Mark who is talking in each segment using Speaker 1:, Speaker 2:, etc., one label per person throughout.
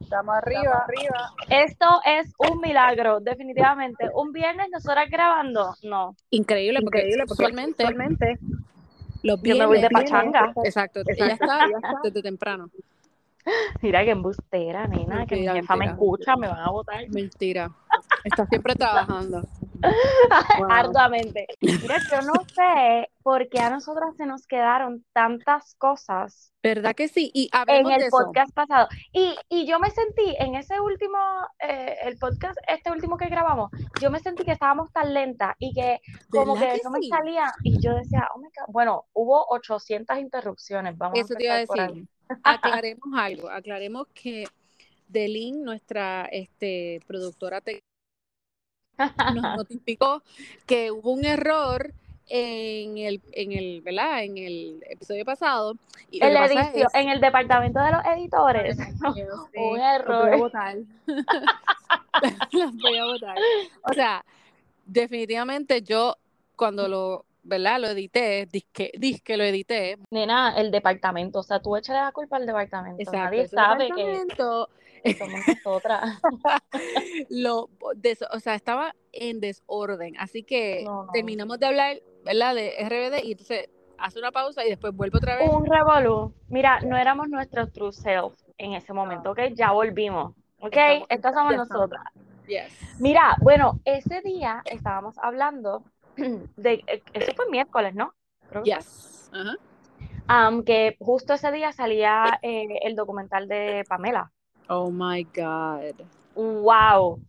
Speaker 1: Estamos arriba,
Speaker 2: arriba. Esto es un milagro, definitivamente. Un viernes nosotras grabando, no.
Speaker 3: Increíble, porque,
Speaker 1: Increíble, porque
Speaker 3: usualmente
Speaker 1: usualmente
Speaker 3: los
Speaker 2: Yo
Speaker 3: viernes...
Speaker 2: me voy de
Speaker 1: Viernes,
Speaker 2: pachanga.
Speaker 3: Exacto, ella está desde temprano.
Speaker 2: Mira qué embustera, nena, que mi
Speaker 3: Mentira,
Speaker 2: jefa me
Speaker 3: mentira.
Speaker 2: escucha, me van a votar
Speaker 3: Mentira. Está siempre trabajando. Wow.
Speaker 2: arduamente. Mira, yo no sé por qué a nosotras se nos quedaron tantas cosas
Speaker 3: ¿Verdad que sí? Y
Speaker 2: en
Speaker 3: hablemos de
Speaker 2: el
Speaker 3: eso.
Speaker 2: podcast pasado. Y, y yo me sentí en ese último, eh, el podcast, este último que grabamos, yo me sentí que estábamos tan lentas y que como que,
Speaker 3: ¿Verdad que
Speaker 2: eso me
Speaker 3: sí?
Speaker 2: salía y yo decía, oh my God. Bueno, hubo 800 interrupciones, vamos
Speaker 3: Eso te iba a
Speaker 2: empezar por ahí.
Speaker 3: decir. Aclaremos algo. Aclaremos que Delin, nuestra este, productora técnica, nos notificó que hubo un error en el, en el, ¿verdad? En el episodio pasado. Y lo
Speaker 2: El
Speaker 3: que pasa
Speaker 2: edicio-
Speaker 3: es-
Speaker 2: en el departamento de los editores.
Speaker 3: Yo sé, las
Speaker 2: Un
Speaker 3: voy a
Speaker 2: error.
Speaker 3: votar. Las voy a votar. O sea, definitivamente yo cuando lo, ¿verdad? Lo edité, disque, disque lo edité.
Speaker 2: Nena, el departamento, o sea, tú échale la culpa al departamento. Nadie
Speaker 3: ese
Speaker 2: sabe que
Speaker 3: departamento,
Speaker 2: que somos nosotras.
Speaker 3: Lo, des- o sea, estaba en desorden. Así que
Speaker 2: No, no.
Speaker 3: terminamos de hablar, ¿verdad? De RBD y entonces hace una pausa y después vuelve otra vez.
Speaker 2: Un revolú. Mira, no éramos nuestro true self en ese momento, ¿ok? Ya volvimos, ¿ok?
Speaker 3: Estamos-
Speaker 2: Estas somos
Speaker 3: ya estamos.
Speaker 2: nosotras.
Speaker 3: Yes.
Speaker 2: Mira, bueno, ese día estábamos hablando de, eh, eso fue miércoles, ¿no? Creo que
Speaker 3: Yes. Ajá.
Speaker 2: Am, que justo ese día salía eh, el documental de Pamela.
Speaker 3: Oh my God.
Speaker 2: ¡Wow!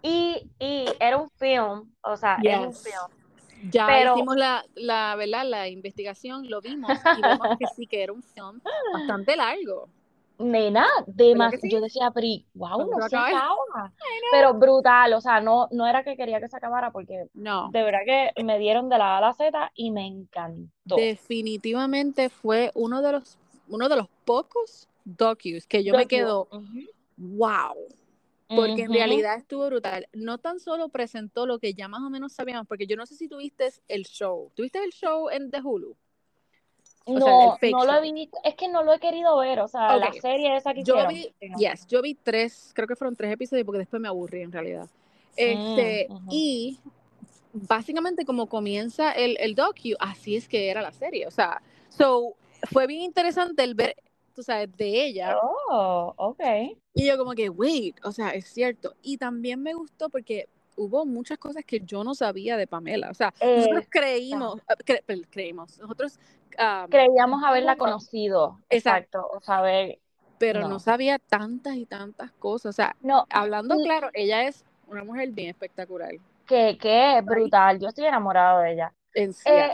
Speaker 2: Y, y era un film, o sea, era un
Speaker 3: Yes.
Speaker 2: film.
Speaker 3: Ya
Speaker 2: Pero-
Speaker 3: hicimos la, la, ¿verdad? la investigación, lo vimos y vimos que sí que era un film bastante largo.
Speaker 2: Nena, de
Speaker 3: ¿Verdad
Speaker 2: más,
Speaker 3: que sí?
Speaker 2: yo decía, pero wow,
Speaker 3: Cuando
Speaker 2: no
Speaker 3: se
Speaker 2: se
Speaker 3: acaba.
Speaker 2: acaba. Pero brutal, o sea, no, no era que quería que se acabara porque
Speaker 3: No,
Speaker 2: de verdad que me dieron de la A a la Z y me encantó.
Speaker 3: definitivamente fue uno de los uno de los pocos docus que yo me
Speaker 2: Docu-
Speaker 3: quedo
Speaker 2: Ujú.
Speaker 3: wow, porque en
Speaker 2: Ujú.
Speaker 3: realidad estuvo brutal. No tan solo presentó lo que ya más o menos sabíamos, porque yo no sé si tuviste el show. ¿Tuviste el show en The Hulu? o sea,
Speaker 2: No,
Speaker 3: el
Speaker 2: no lo he
Speaker 3: fiction.
Speaker 2: visto, es que no lo he querido ver, o sea, la
Speaker 3: Ok.
Speaker 2: serie esa que
Speaker 3: Yo
Speaker 2: hicieron.
Speaker 3: vi, yes, yo vi tres, creo que fueron tres episodios porque después me aburrí en realidad. Este,
Speaker 2: Mm, ujú.
Speaker 3: Y básicamente como comienza el, el docu, así es que era la serie. O sea, so, fue bien interesante el ver, tú sabes, de ella.
Speaker 2: Oh, ok.
Speaker 3: Y yo como que, wait, o sea, es cierto. Y también me gustó porque hubo muchas cosas que yo no sabía de Pamela. O sea,
Speaker 2: Eh,
Speaker 3: nosotros creímos, cre- perdón, creímos, nosotros... ah,
Speaker 2: Creíamos haberla conocido,
Speaker 3: Exacto.
Speaker 2: exacto, o saber,
Speaker 3: pero no.
Speaker 2: No.
Speaker 3: sabía tantas y tantas cosas. O sea,
Speaker 2: no,
Speaker 3: hablando
Speaker 2: Y-
Speaker 3: claro, ella es una mujer bien espectacular.
Speaker 2: que, que brutal, yo estoy enamorada de ella.
Speaker 3: En
Speaker 2: Eh,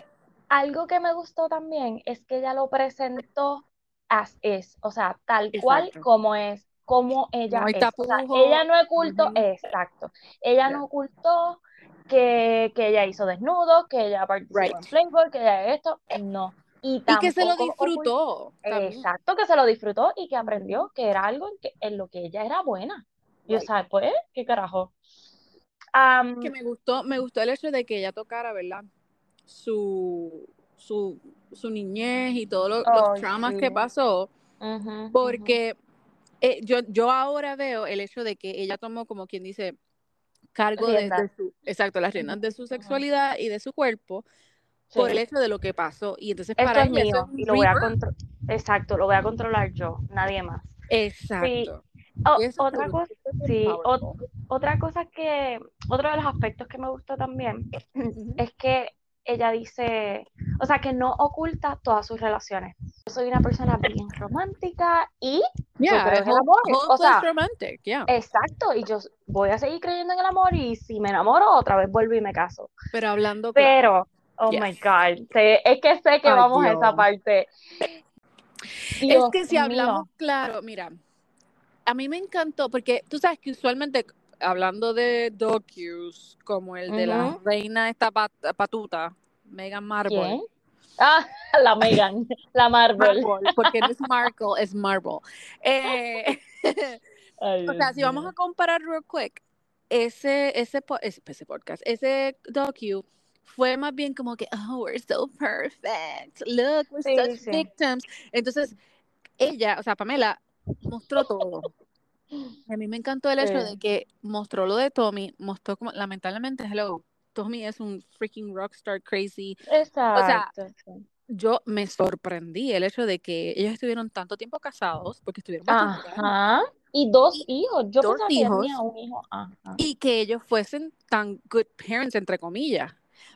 Speaker 2: algo que me gustó también es que ella lo presentó as es, o sea, tal cual
Speaker 3: Exacto.
Speaker 2: como es, como ella
Speaker 3: No hay
Speaker 2: es. O sea,
Speaker 3: tapujos.
Speaker 2: ella no ocultó,
Speaker 3: Ujú.
Speaker 2: exacto, ella
Speaker 3: Ya.
Speaker 2: no ocultó que, que ella hizo desnudo, que ella participó en
Speaker 3: Right.
Speaker 2: Playboy, que ella esto, no. Y,
Speaker 3: y que se lo
Speaker 2: tampoco ocul-
Speaker 3: disfrutó. también.
Speaker 2: Exacto, que se lo disfrutó y que aprendió que era algo en, que, en lo que ella era buena. Y o
Speaker 3: Right.
Speaker 2: sea, pues, ¿qué carajo? Am,
Speaker 3: Que me gustó, me gustó el hecho de que ella tocara, ¿verdad? Su, su, su niñez y todos lo- los
Speaker 2: Ay,
Speaker 3: traumas
Speaker 2: sí.
Speaker 3: que pasó.
Speaker 2: ujú, ujú.
Speaker 3: Porque eh, yo, yo ahora veo el hecho de que ella tomó, como quien dice, cargo de- de,
Speaker 2: Riendas.
Speaker 3: su, exacto, las riendas de su
Speaker 2: Ujú.
Speaker 3: sexualidad y de su cuerpo por
Speaker 2: Sí.
Speaker 3: el hecho de lo que pasó. Y entonces
Speaker 2: Esto
Speaker 3: para
Speaker 2: es
Speaker 3: ella eso
Speaker 2: mío
Speaker 3: es un
Speaker 2: y lo voy a
Speaker 3: rebirth.
Speaker 2: controlar. Exacto, lo voy a controlar yo, nadie más.
Speaker 3: Exacto.
Speaker 2: O-
Speaker 3: Y eso
Speaker 2: otra,
Speaker 3: fue-
Speaker 2: cosa,
Speaker 3: eso fue
Speaker 2: sí,
Speaker 3: powerful.
Speaker 2: ot- otra cosa que, otro de los aspectos que me gustó también
Speaker 3: Ujú.
Speaker 2: es que ella dice, o sea, que no oculta todas sus relaciones. Yo soy una persona bien romántica y yo
Speaker 3: Yeah,
Speaker 2: creo en
Speaker 3: es
Speaker 2: el
Speaker 3: hope-
Speaker 2: amor. O
Speaker 3: hopeless
Speaker 2: sea,
Speaker 3: romantic, yeah.
Speaker 2: exacto, y yo voy a seguir creyendo en el amor y si me enamoro otra vez vuelvo y me caso.
Speaker 3: Pero hablando claro.
Speaker 2: Pero, oh
Speaker 3: Yes.
Speaker 2: my God, sé- es que sé que
Speaker 3: Ay,
Speaker 2: vamos a esa
Speaker 3: Dios.
Speaker 2: parte.
Speaker 3: Es
Speaker 2: Dios
Speaker 3: que si
Speaker 2: mío.
Speaker 3: hablamos claro, mira, a mí me encantó porque tú sabes que usualmente hablando de docus como el de la
Speaker 2: Ujú.
Speaker 3: reina esta pat- patuta, Meghan Marble.
Speaker 2: ¿Quién? Ah, la Megan, la Marvel.
Speaker 3: Marble, porque no es Markle, es Marble. Eh,
Speaker 2: Ay,
Speaker 3: O sea,
Speaker 2: Dios
Speaker 3: si vamos
Speaker 2: mío.
Speaker 3: a comparar real quick, ese, ese, po- ese, pues, ese podcast, ese docu fue más bien como que, oh, we're so perfect, look, we're
Speaker 2: Sí,
Speaker 3: such
Speaker 2: sí.
Speaker 3: victims. Entonces, ella, o sea, Pamela, mostró todo. A mí me encantó el hecho de que mostró lo de Tommy, mostró como, lamentablemente, hello, Tommy es un freaking rockstar crazy.
Speaker 2: Exacto. sí.
Speaker 3: Yo me sorprendí el hecho de que ellos estuvieron tanto tiempo casados, porque estuvieron bastante tiempo,
Speaker 2: Ajá. Y dos hijos. Yo
Speaker 3: Dos
Speaker 2: pensaba que
Speaker 3: hijos.
Speaker 2: tenía un hijo. Ajá.
Speaker 3: y que ellos fuesen tan good parents, entre comillas.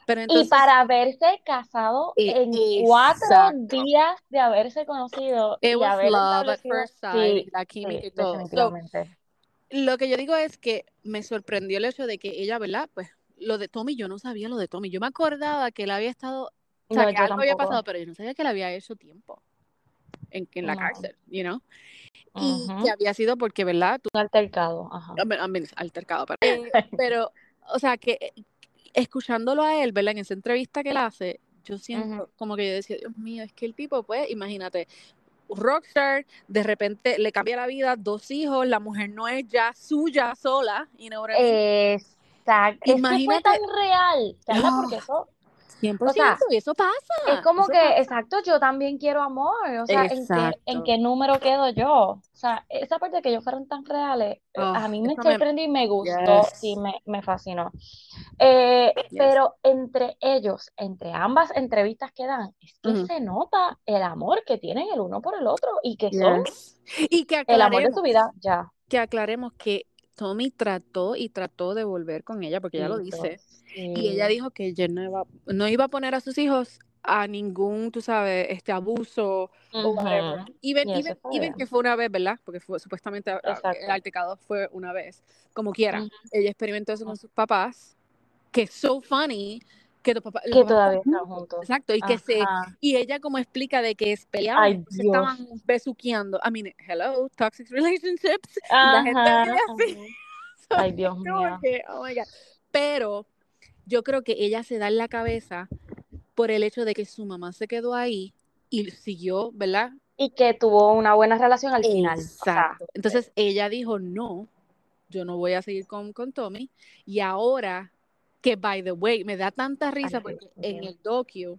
Speaker 3: Pero entonces,
Speaker 2: Y para haberse casado
Speaker 3: E-
Speaker 2: en
Speaker 3: exacto.
Speaker 2: cuatro días de haberse conocido
Speaker 3: it
Speaker 2: y
Speaker 3: was
Speaker 2: haber
Speaker 3: love at
Speaker 2: establecido-
Speaker 3: first sight,
Speaker 2: Sí,
Speaker 3: la
Speaker 2: sí,
Speaker 3: química y todo. So,
Speaker 2: definitivamente.
Speaker 3: Lo que yo digo es que me sorprendió el hecho de que ella, ¿verdad? Pues lo de Tommy, yo no sabía lo de Tommy. Yo me acordaba que él había estado, o sea,
Speaker 2: No,
Speaker 3: que
Speaker 2: yo
Speaker 3: algo había
Speaker 2: tampoco.
Speaker 3: pasado, pero yo no sabía que él había hecho tiempo en, en la
Speaker 2: No.
Speaker 3: cárcel, you know? Y
Speaker 2: Ujú.
Speaker 3: que había sido porque, ¿verdad? Tú,
Speaker 2: Un altercado, ajá.
Speaker 3: I mean- I mean, altercado, pero, eh, pero, o sea, que eh, escuchándolo a él, ¿verdad? En esa entrevista que él hace, yo siento como que yo decía, Dios mío, es que el tipo, pues, imagínate, rockstar, de repente le cambia la vida, dos hijos, la mujer no es ya suya sola, y no
Speaker 2: Eh, Exacto. Es que fue
Speaker 3: Imagínate-
Speaker 2: tan real, ¿verdad?
Speaker 3: Ah.
Speaker 2: Porque eso
Speaker 3: 100%,
Speaker 2: o sea,
Speaker 3: y eso pasa.
Speaker 2: es como
Speaker 3: Ah, eso
Speaker 2: que,
Speaker 3: pasa.
Speaker 2: exacto, yo también quiero amor. O sea, ¿en qué,
Speaker 3: Exacto.
Speaker 2: ¿en qué número quedo yo? O sea, esa parte de que ellos fueron tan reales, eh,
Speaker 3: Ah,
Speaker 2: a mí me
Speaker 3: eso me-
Speaker 2: sorprendió y me gustó y
Speaker 3: Yes.
Speaker 2: me, me fascinó. Eh,
Speaker 3: Yes.
Speaker 2: Pero entre ellos, entre ambas entrevistas que dan, es que
Speaker 3: Ujú.
Speaker 2: se nota el amor que tienen el uno por el otro y que son
Speaker 3: Yes. Y que
Speaker 2: el amor de su
Speaker 3: aclaremos,
Speaker 2: vida ya.
Speaker 3: que aclaremos que Tommy trató y trató de volver con ella, porque ella lo dice. Y
Speaker 2: Mm.
Speaker 3: ella dijo que ella no iba, no iba a poner a sus hijos a ningún, tú sabes, este abuso o whatever.
Speaker 2: Ujú.
Speaker 3: Even,
Speaker 2: Y eso
Speaker 3: even-
Speaker 2: está
Speaker 3: even
Speaker 2: bien.
Speaker 3: que fue una vez, ¿verdad? Porque fue, supuestamente ah,
Speaker 2: Exacto.
Speaker 3: el altercado fue una vez. Como quiera,
Speaker 2: Ujú. Ah.
Speaker 3: ella experimentó eso con sus papás, que es so funny que tu papá, los
Speaker 2: Que
Speaker 3: papás están
Speaker 2: todavía están
Speaker 3: juntos.
Speaker 2: juntos.
Speaker 3: Exacto, y que se
Speaker 2: Ajá.
Speaker 3: y ella como explica de que es peleaban,
Speaker 2: Ay,
Speaker 3: después se
Speaker 2: Dios.
Speaker 3: estaban besuqueando. I mean, hello, toxic relationships. Y la gente
Speaker 2: Ajá.
Speaker 3: vive así. So,
Speaker 2: Ay, Dios
Speaker 3: como
Speaker 2: mío.
Speaker 3: que, oh my God. Pero yo creo que ella se da en la cabeza por el hecho de que su mamá se quedó ahí y siguió, ¿verdad?
Speaker 2: Y que tuvo una buena relación al final. O sea,
Speaker 3: Exacto. Entonces ella dijo, no, yo no voy a seguir con, con Tommy. Y ahora, que by the way, me da tanta risa
Speaker 2: Dios
Speaker 3: porque
Speaker 2: mío.
Speaker 3: en el docu,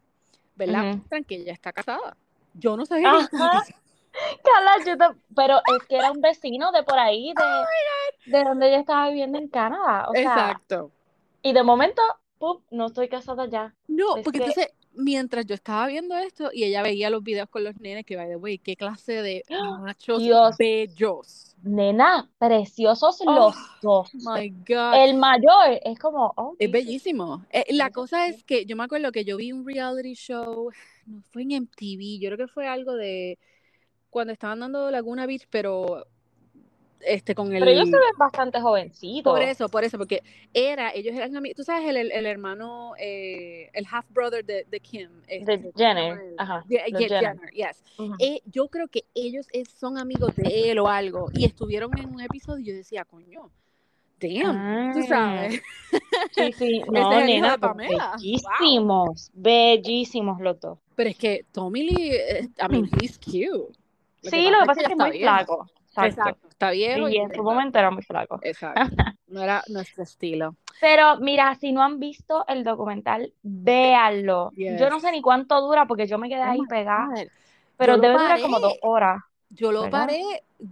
Speaker 3: ¿verdad?
Speaker 2: Ujú.
Speaker 3: Muestran que ella está casada. Yo no sabía que ella estaba
Speaker 2: Ajá.
Speaker 3: casada.
Speaker 2: Cala, yo tam- pero es que era un vecino de por ahí, de, de donde ella estaba viviendo en Canadá. O sea,
Speaker 3: Oh Exacto.
Speaker 2: y de momento, ¡pum! No estoy casada ya.
Speaker 3: No,
Speaker 2: Es
Speaker 3: porque
Speaker 2: que-
Speaker 3: entonces, mientras yo estaba viendo esto y ella veía los videos con los nenes, que by the way, qué clase de machos
Speaker 2: Dios,
Speaker 3: bellos.
Speaker 2: nena, preciosos los dos.
Speaker 3: Oh My God.
Speaker 2: El mayor es como, oh,
Speaker 3: Es
Speaker 2: Jesus.
Speaker 3: bellísimo. Eh, la
Speaker 2: Eso
Speaker 3: cosa
Speaker 2: Eh, sí.
Speaker 3: es que yo me acuerdo que yo vi un reality show, no fue en MTV, yo creo que fue algo de cuando estaban dando Laguna Beach, pero este con el
Speaker 2: Pero ellos se ven bastante jovencitos.
Speaker 3: por eso, por eso, porque era, ellos eran amigos, tú sabes, el, el- el hermano, eh, el half brother de, de Kim, este,
Speaker 2: De
Speaker 3: ¿cómo
Speaker 2: Jenner.
Speaker 3: es?
Speaker 2: Ajá.
Speaker 3: Ye-
Speaker 2: Los
Speaker 3: Ye-
Speaker 2: Jenner.
Speaker 3: Jenner, yes.
Speaker 2: Ujú.
Speaker 3: Eh, yo creo que ellos es- son amigos de él o algo, y estuvieron en un episodio y yo decía, coño, damn, tú
Speaker 2: Ah.
Speaker 3: sabes,
Speaker 2: Sí, sí,
Speaker 3: ese
Speaker 2: no,
Speaker 3: es el hijo
Speaker 2: nena,
Speaker 3: de
Speaker 2: pero
Speaker 3: Pamela, wow.
Speaker 2: bellísimos, bellísimos los dos.
Speaker 3: Pero es que Tommy Lee, eh, I mean, he's cute. Lo
Speaker 2: Mm. Sí, lo que
Speaker 3: que
Speaker 2: pasa es que es
Speaker 3: ya está
Speaker 2: muy
Speaker 3: viejo.
Speaker 2: flaco, exacto.
Speaker 3: Exacto, está viejo
Speaker 2: Y
Speaker 3: y
Speaker 2: en su momento era muy flaco.
Speaker 3: Exacto. No era nuestro estilo.
Speaker 2: Pero mira, si no han visto el documental, véanlo. Yo no sé
Speaker 3: Yes.
Speaker 2: ni cuánto dura porque yo me quedé
Speaker 3: Oh
Speaker 2: ahí
Speaker 3: my
Speaker 2: pegada,
Speaker 3: God. Yo
Speaker 2: Ah, pero
Speaker 3: lo
Speaker 2: debe durar
Speaker 3: paré,
Speaker 2: como dos horas,
Speaker 3: yo lo
Speaker 2: ¿verdad?
Speaker 3: paré,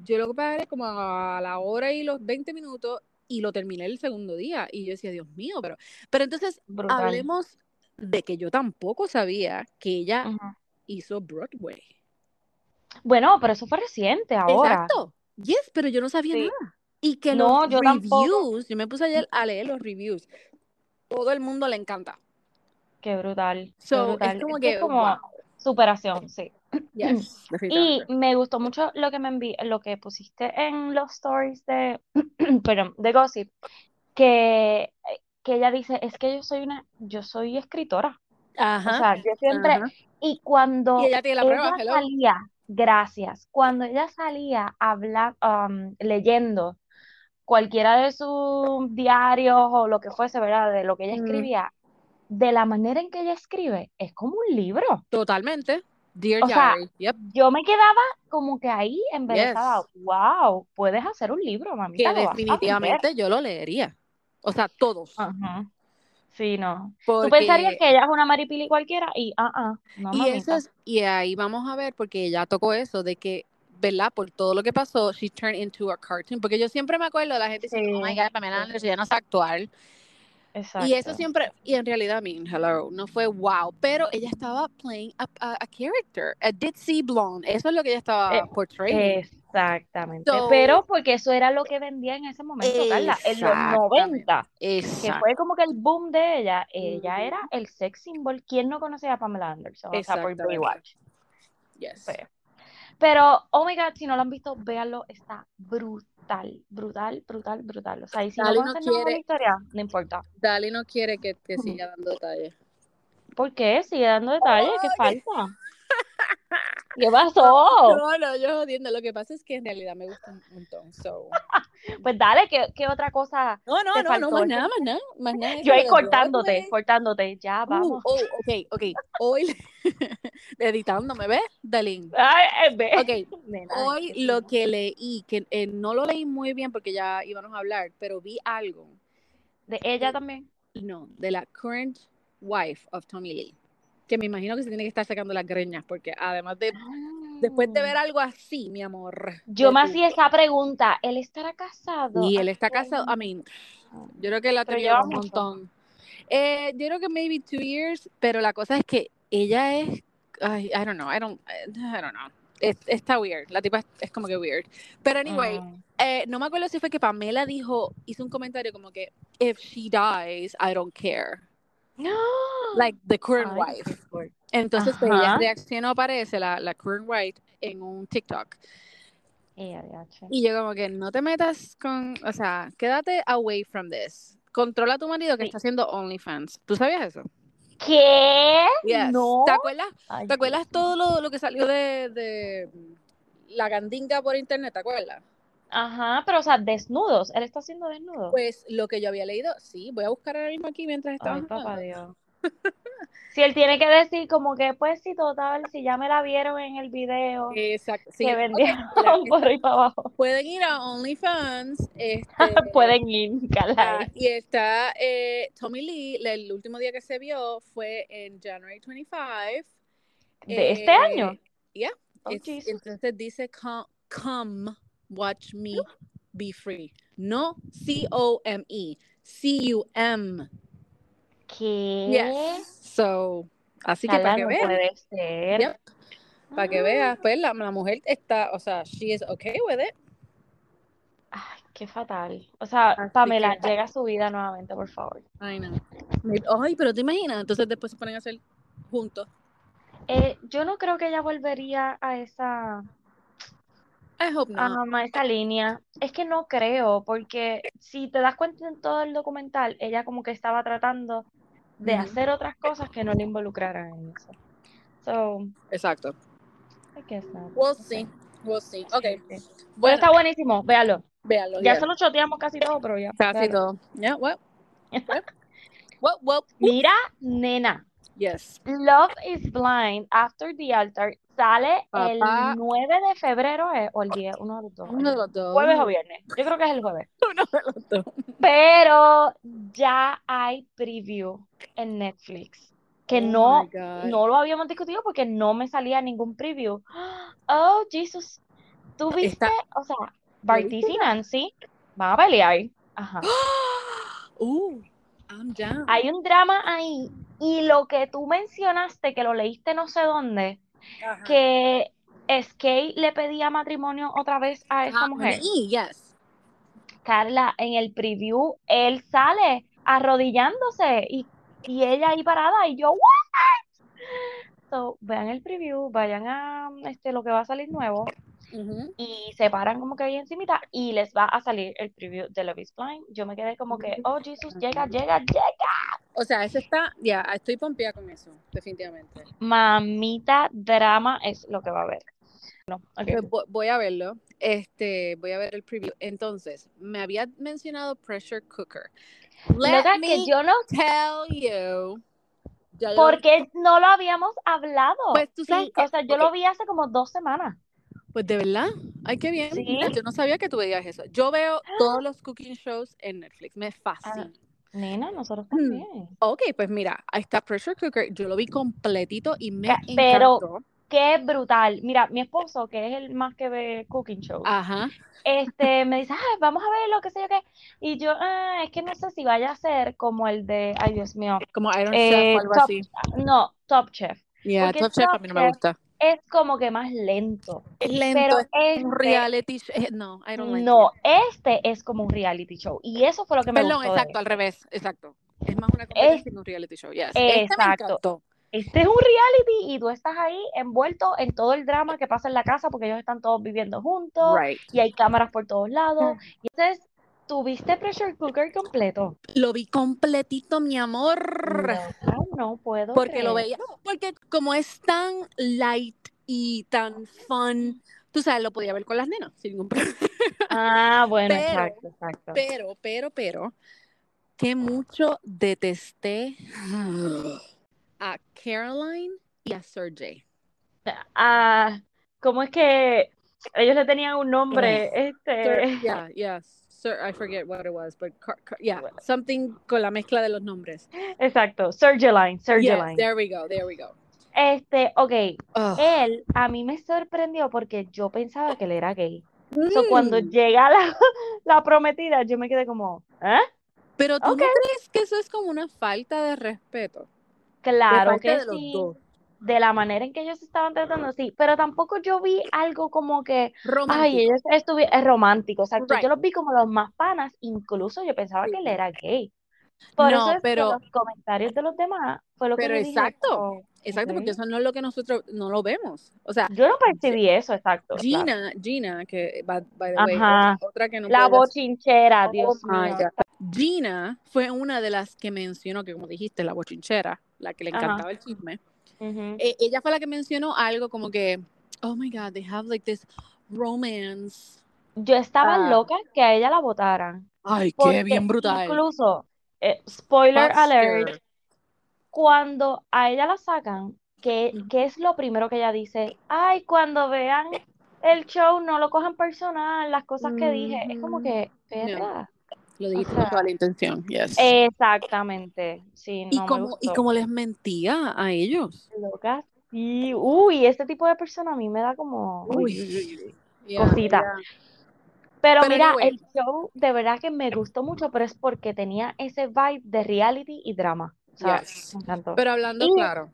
Speaker 3: yo lo paré como a la hora y los 20 minutos y lo terminé el segundo día. Y yo decía, Dios mío, pero, pero entonces
Speaker 2: Brutal.
Speaker 3: hablemos de que yo tampoco sabía que ella
Speaker 2: Ujú.
Speaker 3: hizo Broadway.
Speaker 2: Bueno, pero eso fue reciente ahora.
Speaker 3: Exacto. Yes, pero yo no sabía
Speaker 2: Sí.
Speaker 3: nada. Y que los
Speaker 2: No, yo tampoco.
Speaker 3: reviews, yo me puse ayer a leer los reviews. Todo el mundo le encanta.
Speaker 2: Qué brutal, qué
Speaker 3: So, es
Speaker 2: brutal.
Speaker 3: como
Speaker 2: Es que es
Speaker 3: que,
Speaker 2: como
Speaker 3: wow.
Speaker 2: superación, sí.
Speaker 3: Yes,
Speaker 2: Y
Speaker 3: definitivamente.
Speaker 2: me gustó mucho lo que me envi lo que pusiste en los stories de, perdón, de Gossip, que, que ella dice, es que yo soy una, yo soy escritora. O
Speaker 3: Ajá,
Speaker 2: sea, yo siempre,
Speaker 3: ajá.
Speaker 2: y
Speaker 3: Y
Speaker 2: cuando
Speaker 3: ella tiene la
Speaker 2: ella
Speaker 3: prueba, hello.
Speaker 2: salía, gracias, cuando ella salía hablar, um, leyendo cualquiera de sus diarios o lo que fuese, ¿verdad? De lo que ella
Speaker 3: Mm,
Speaker 2: escribía, de la manera en que ella escribe, es como un libro.
Speaker 3: Totalmente. Dear
Speaker 2: O sea,
Speaker 3: Diary. Yep.
Speaker 2: yo me quedaba como que ahí embelesada.
Speaker 3: Yes.
Speaker 2: Wow, puedes hacer un libro, mamita,
Speaker 3: Que
Speaker 2: lo vas a vender.
Speaker 3: definitivamente yo lo leería. O sea, todos.
Speaker 2: Ajá. Sí, no. Ah. Tú pensarías
Speaker 3: Porque.
Speaker 2: que ella es una maripili cualquiera y, ah, ah, no,
Speaker 3: Y eso
Speaker 2: mamita.
Speaker 3: es, y ahí vamos a ver, porque ella tocó eso, de que ¿verdad? Por todo lo que pasó, she turned into a cartoon. Porque yo siempre me acuerdo de la gente diciendo,
Speaker 2: Sí.
Speaker 3: oh my God, Pamela Anderson ya no sabe actuar.
Speaker 2: Exacto.
Speaker 3: Y eso siempre, y en realidad, I mean, hello, no fue wow, pero ella estaba playing a, a- a character, a ditzy blonde. Eso es lo que ella estaba
Speaker 2: Eh,
Speaker 3: portraying.
Speaker 2: Exactamente.
Speaker 3: So-
Speaker 2: Pero porque eso era lo que vendía en ese momento, Carla. En los
Speaker 3: Exactamente.
Speaker 2: 90, que
Speaker 3: Exacto.
Speaker 2: fue como que el boom de ella, ella
Speaker 3: Ujú.
Speaker 2: era el sex symbol. ¿Quién no conocía a Pamela Anderson? O sea, por
Speaker 3: Exactamente.
Speaker 2: Baywatch.
Speaker 3: Yes.
Speaker 2: Feo. Pero, oh my God, si no lo han visto, véanlo, está brutal, brutal, brutal, brutal. O sea, y si no
Speaker 3: Dale, no
Speaker 2: conocen nada de la
Speaker 3: quiere.
Speaker 2: historia, no importa.
Speaker 3: Dali no quiere que, que siga dando detalles.
Speaker 2: ¿Por qué? Sigue dando detalles, ¿qué falta? ¿Qué pasó?
Speaker 3: No, no, yo jodiendo. Lo que pasa es que en realidad me gusta un montón. so.
Speaker 2: Pues dale, ¿qué, qué otra cosa?
Speaker 3: No, no,
Speaker 2: Te
Speaker 3: no,
Speaker 2: faltó
Speaker 3: no, más
Speaker 2: el-
Speaker 3: nada, más nada, más nada.
Speaker 2: Yo
Speaker 3: Eso
Speaker 2: ahí
Speaker 3: de Broadway.
Speaker 2: cortándote, cortándote, ya,
Speaker 3: Uh,
Speaker 2: vamos.
Speaker 3: oh, ok, ok. Hoy, editándome, ¿ves, Dalín?
Speaker 2: Ay, eh, ve.
Speaker 3: Ok,
Speaker 2: Nena,
Speaker 3: hoy
Speaker 2: es-
Speaker 3: lo que leí, que eh, no lo leí muy bien porque ya íbamos a hablar, pero vi algo,
Speaker 2: De ella también.
Speaker 3: no, de la current wife of Tommy Lee, que me imagino que se tiene que estar sacando las greñas, porque además de, Ah. después de ver algo así, mi amor.
Speaker 2: Mm. Yo me
Speaker 3: más
Speaker 2: hacía esa pregunta, ¿él estará casado?
Speaker 3: Y él está casado, I
Speaker 2: actualmente?
Speaker 3: mean, yo creo que la ha
Speaker 2: Pero
Speaker 3: tenido
Speaker 2: lleva
Speaker 3: un
Speaker 2: mucho.
Speaker 3: montón. Eh, yo creo que maybe two years, pero la cosa es que ella es, ay, I don't know, I don't, eh, I don't know. Es- está weird, la tipa es, es como que weird. Pero anyway,
Speaker 2: Mm.
Speaker 3: eh, no me acuerdo si fue que Pamela dijo, hizo un comentario como que, if she dies, I don't care.
Speaker 2: Ah.
Speaker 3: Like the current
Speaker 2: Ay,
Speaker 3: wife. Entonces pues,
Speaker 2: Ajá.
Speaker 3: ella reaccionó, parece, la, la current wife, en un TikTok.
Speaker 2: Eh, adiache.
Speaker 3: Y yo como que no te metas con, o sea, quédate away from this. Controla a tu marido que
Speaker 2: Sí.
Speaker 3: está haciendo OnlyFans. ¿Tú sabías eso?
Speaker 2: ¿Qué?
Speaker 3: Yes.
Speaker 2: No.
Speaker 3: ¿Te acuerdas?
Speaker 2: Ay,
Speaker 3: ¿Te acuerdas
Speaker 2: Dios
Speaker 3: todo
Speaker 2: mío.
Speaker 3: lo, lo que salió de, de la gandinga por internet? ¿Te acuerdas?
Speaker 2: Ajá, pero o sea, desnudos. Él está haciendo desnudos.
Speaker 3: Pues lo que yo había leído, sí, voy a buscar ahora mismo aquí mientras
Speaker 2: Ay,
Speaker 3: estamos.
Speaker 2: papá
Speaker 3: hablando.
Speaker 2: Dios. Si él tiene que decir como que pues si total, si ya me la vieron en el video,
Speaker 3: Exacto. Sí.
Speaker 2: que
Speaker 3: Ok,
Speaker 2: vendieron
Speaker 3: mira,
Speaker 2: por ahí para abajo.
Speaker 3: pueden ir a OnlyFans. Este,
Speaker 2: Pueden ir, Carla.
Speaker 3: Ah, y está eh, Tommy Lee, la- el último día que se vio fue en January 25.
Speaker 2: ¿De este
Speaker 3: eh,
Speaker 2: año?
Speaker 3: Yeah.
Speaker 2: Oh,
Speaker 3: it's-
Speaker 2: Jesus.
Speaker 3: entonces dice, come, come, watch me be free. No C-O-M-E, C-U-M.
Speaker 2: ¿Qué?
Speaker 3: Yes. So, así que
Speaker 2: Carla,
Speaker 3: para que
Speaker 2: no
Speaker 3: veas,
Speaker 2: puede ser. Ah,
Speaker 3: Yep. para que veas, pues la, la mujer está, o sea, she is okay with it.
Speaker 2: Ay, qué fatal. O sea,
Speaker 3: Así
Speaker 2: Pamela,
Speaker 3: que- ah.
Speaker 2: llega a su vida nuevamente, por favor.
Speaker 3: I know. Ay, pero te imaginas, entonces después se ponen a hacer juntos.
Speaker 2: Eh, yo no creo que ella volvería a esa,
Speaker 3: I hope not.
Speaker 2: a Ah, esa línea. Es que no creo, porque si te das cuenta en todo el documental, ella como que estaba tratando de
Speaker 3: Ujú.
Speaker 2: hacer otras cosas que no le involucraran en eso. So,
Speaker 3: Exacto.
Speaker 2: I guess not.
Speaker 3: We'll
Speaker 2: No
Speaker 3: see.
Speaker 2: sé.
Speaker 3: We'll see.
Speaker 2: Sí,
Speaker 3: Okay.
Speaker 2: sí. Pero
Speaker 3: Bueno,
Speaker 2: está buenísimo, véalo.
Speaker 3: véalo.
Speaker 2: Ya
Speaker 3: véalo.
Speaker 2: se lo choteamos casi todo, pero ya.
Speaker 3: Casi
Speaker 2: véalo.
Speaker 3: todo. Yeah, well, well, well, well, well.
Speaker 2: Mira, nena.
Speaker 3: Yes.
Speaker 2: Love is Blind After the Altar sale
Speaker 3: Papá.
Speaker 2: el 9 de febrero eh, o el 10, uno de los dos.
Speaker 3: Uno de los dos.
Speaker 2: Jueves o viernes. Yo creo que es el jueves.
Speaker 3: Uno de los dos.
Speaker 2: Pero ya hay preview en Netflix. Que
Speaker 3: Oh
Speaker 2: no,
Speaker 3: my God.
Speaker 2: no lo habíamos discutido porque no me salía ningún preview. Oh, Jesus. ¿Tú viste?
Speaker 3: Ah, Está-
Speaker 2: O sea, Bartiz y Nancy van a pelear. Ajá.
Speaker 3: Uh, I'm down.
Speaker 2: Hay un drama ahí. Y lo que tú mencionaste, que lo leíste no sé dónde,
Speaker 3: Ajá.
Speaker 2: que Skate le pedía matrimonio otra vez a esta
Speaker 3: Ah,
Speaker 2: mujer.
Speaker 3: Y yes.
Speaker 2: Carla, en el preview, él sale arrodillándose y, y ella ahí parada y yo, ¿what? So, vean el preview, vayan a este, lo que va a salir nuevo
Speaker 3: Ujú.
Speaker 2: y se paran como que ahí encimita y les va a salir el preview de Love is Blind. Yo me quedé como que, oh, Jesus, llega, llega, llega.
Speaker 3: O sea, eso está, ya, estoy pompeada con eso, definitivamente.
Speaker 2: Mamita drama es lo que va a haber. No, ok.
Speaker 3: Pues vo- voy a verlo. Este, voy a ver el preview. Entonces, me había mencionado pressure cooker. Let
Speaker 2: Loca, que
Speaker 3: me
Speaker 2: yo no
Speaker 3: tell you. Ya yo-
Speaker 2: Porque no lo habíamos hablado.
Speaker 3: Pues, tú sabes
Speaker 2: Sí,
Speaker 3: que-
Speaker 2: o sea, yo
Speaker 3: ok.
Speaker 2: lo vi hace como dos semanas.
Speaker 3: Pues de verdad, ay, qué bien.
Speaker 2: Sí.
Speaker 3: Mira, Yo no sabía que tú veías eso. Yo veo todos los cooking shows en Netflix,
Speaker 2: Ah.
Speaker 3: me fascina.
Speaker 2: Nena, nosotros
Speaker 3: Mm.
Speaker 2: también.
Speaker 3: Ok, pues mira, ahí está Pressure Cooker, yo lo vi completito y me
Speaker 2: Ca- pero-
Speaker 3: encantó.
Speaker 2: qué brutal. Mira, mi esposo, que es el más que ve Cooking Show,
Speaker 3: Ajá.
Speaker 2: este, me dice, "Ay, vamos a ver lo que sé yo qué. Y yo, "Ah, es que no sé si vaya a ser como el de, ay Dios mío,
Speaker 3: Como Iron
Speaker 2: eh,
Speaker 3: Chef o algo
Speaker 2: Top-
Speaker 3: así.
Speaker 2: no, Top Chef.
Speaker 3: Yeah,
Speaker 2: porque
Speaker 3: Top Chef a mí no me
Speaker 2: Top
Speaker 3: gusta.
Speaker 2: Es como que más lento.
Speaker 3: Es lento,
Speaker 2: pero
Speaker 3: es
Speaker 2: este,
Speaker 3: un reality. sh- eh, No, I don't like
Speaker 2: no,
Speaker 3: it.
Speaker 2: este es como un reality show. Y eso fue lo que me
Speaker 3: Perdón,
Speaker 2: gustó de
Speaker 3: exacto, al revés, exacto. Es más una competencia que un reality show. Yes. Este me
Speaker 2: Exacto.
Speaker 3: encantó.
Speaker 2: Este es un reality y tú estás ahí envuelto en todo el drama que pasa en la casa porque ellos están todos viviendo juntos
Speaker 3: Right.
Speaker 2: y hay cámaras por todos lados.
Speaker 3: Ah.
Speaker 2: Y entonces, ¿tuviste Pressure Cooker completo?
Speaker 3: Lo vi completito, mi amor.
Speaker 2: No, no puedo.
Speaker 3: porque lo veía.
Speaker 2: creer.
Speaker 3: Porque como es tan light y tan fun, tú sabes, lo podía ver con las nenas sin ningún problema.
Speaker 2: Ah, bueno,
Speaker 3: Pero-
Speaker 2: exacto, exacto.
Speaker 3: Pero, pero, pero, que mucho detesté a Caroline y a Sergey.
Speaker 2: Ah, ¿cómo es que ellos le tenían un nombre? Este.
Speaker 3: yeah, yeah, Sir, I forget what it was, but Car- Car- yeah, something con la mezcla de los nombres.
Speaker 2: Exacto, Sergeline,
Speaker 3: Yes,
Speaker 2: Sergeline.
Speaker 3: there we go, there we go. Oh,
Speaker 2: Este, ok,
Speaker 3: Ugh.
Speaker 2: él a mí me sorprendió porque yo pensaba que él era gay. So,
Speaker 3: Mm,
Speaker 2: cuando llega la, la prometida, yo me quedé como, ¿eh?
Speaker 3: pero tú
Speaker 2: ok.
Speaker 3: no crees que eso es como una falta de respeto. De
Speaker 2: Claro
Speaker 3: parte
Speaker 2: que
Speaker 3: de los
Speaker 2: sí,
Speaker 3: dos.
Speaker 2: de la manera en que ellos se estaban tratando, sí, pero tampoco yo vi algo como que, ay,
Speaker 3: Romántico.
Speaker 2: ellos estuvieron, es romántico, o sea, que
Speaker 3: Right.
Speaker 2: yo los vi como los más panas, incluso yo pensaba que él era gay. Por
Speaker 3: No,
Speaker 2: eso es que
Speaker 3: pero-
Speaker 2: los comentarios de los demás fue lo que
Speaker 3: Pero
Speaker 2: yo dije,
Speaker 3: exacto,
Speaker 2: como,
Speaker 3: Exacto,
Speaker 2: ok.
Speaker 3: porque eso no es lo que nosotros no lo vemos. O sea,
Speaker 2: Yo no percibí eso, exacto. claro.
Speaker 3: Gina, Gina, que by, by the way,
Speaker 2: Ajá.
Speaker 3: otra que no
Speaker 2: La
Speaker 3: puedo-
Speaker 2: bochinchera,
Speaker 3: Oh
Speaker 2: Dios
Speaker 3: my
Speaker 2: mío.
Speaker 3: God. Gina fue una de las que mencionó que, como dijiste, la bochinchera, la que le
Speaker 2: Ajá.
Speaker 3: encantaba el chisme.
Speaker 2: Ujú.
Speaker 3: E- ella fue la que mencionó algo como que, oh my God, they have like this romance.
Speaker 2: Yo estaba
Speaker 3: Ah.
Speaker 2: loca que a ella la votaran.
Speaker 3: Ay,
Speaker 2: Porque
Speaker 3: qué bien brutal.
Speaker 2: Incluso, eh, spoiler
Speaker 3: Buster.
Speaker 2: alert, cuando a ella la sacan, ¿qué,
Speaker 3: Ujú.
Speaker 2: qué es lo primero que ella dice? Ay, cuando vean el show, no lo cojan personal, las cosas que dije. Es como
Speaker 3: Ujú.
Speaker 2: que, perra.
Speaker 3: Lo dijiste
Speaker 2: O
Speaker 3: con
Speaker 2: sea,
Speaker 3: toda la intención, yes.
Speaker 2: Exactamente. Sí,
Speaker 3: y,
Speaker 2: Eh, no me
Speaker 3: como, y
Speaker 2: gustó.
Speaker 3: como les mentía a ellos.
Speaker 2: Loca. Sí, uy, este tipo de persona a mí me da como uy, uy, uy, uy.
Speaker 3: Yeah,
Speaker 2: Cosita.
Speaker 3: yeah.
Speaker 2: Pero
Speaker 3: Pero
Speaker 2: mira,
Speaker 3: anyway.
Speaker 2: el show de verdad que me gustó mucho, pero es porque tenía ese vibe de reality y drama. O sea,
Speaker 3: Yes.
Speaker 2: me encantó.
Speaker 3: Pero hablando
Speaker 2: Y-
Speaker 3: claro.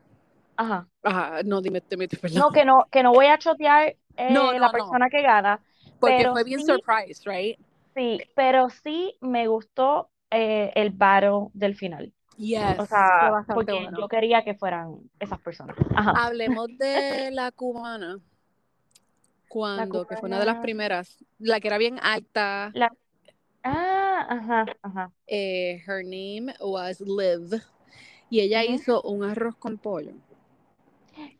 Speaker 2: Ajá.
Speaker 3: Ajá, no, dime, dime, tú, perdón.
Speaker 2: No, que no, que no voy a chotear eh,
Speaker 3: No, no,
Speaker 2: la
Speaker 3: no.
Speaker 2: persona que gana.
Speaker 3: Porque
Speaker 2: pero
Speaker 3: fue bien
Speaker 2: sí-
Speaker 3: surprised, right?
Speaker 2: Sí, pero sí me gustó eh, el varo del final.
Speaker 3: Yes.
Speaker 2: O
Speaker 3: fue
Speaker 2: sea,
Speaker 3: bastante
Speaker 2: porque
Speaker 3: bueno. Ah.
Speaker 2: yo quería que fueran esas personas. Ajá.
Speaker 3: Hablemos de la cubana. Cuando, que fue una de las
Speaker 2: cubana.
Speaker 3: primeras, la que era bien alta,
Speaker 2: La- Ah, ajá, ajá.
Speaker 3: eh, her name was Liv, y ella
Speaker 2: Ujú.
Speaker 3: hizo un arroz con pollo.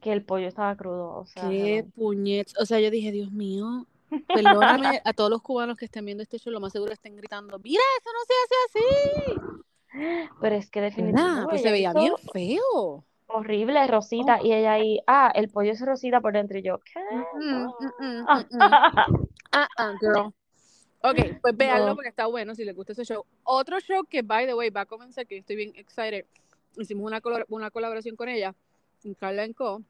Speaker 2: Que el pollo estaba crudo, o sea.
Speaker 3: Qué puñet, o sea, yo dije, Dios mío, perdóname a todos los cubanos que estén viendo este show, lo más seguro estén gritando, mira, eso no se hace así.
Speaker 2: hello. Pero es que
Speaker 3: ¿Verdad?
Speaker 2: definitivamente
Speaker 3: Pues se veía bien feo.
Speaker 2: horrible, Rosita, y ella ahí, ah, el pollo es Rosita por dentro, y yo, ¿qué?
Speaker 3: Mm-mm, mm-mm,
Speaker 2: Ah.
Speaker 3: mm-mm. Uh-uh, girl. Ok, pues véanlo
Speaker 2: No.
Speaker 3: porque está bueno si les gusta ese show. Otro show que, by the way, va a comenzar, que estoy bien excited. Hicimos una, color- una colaboración con ella, con Carla and Co.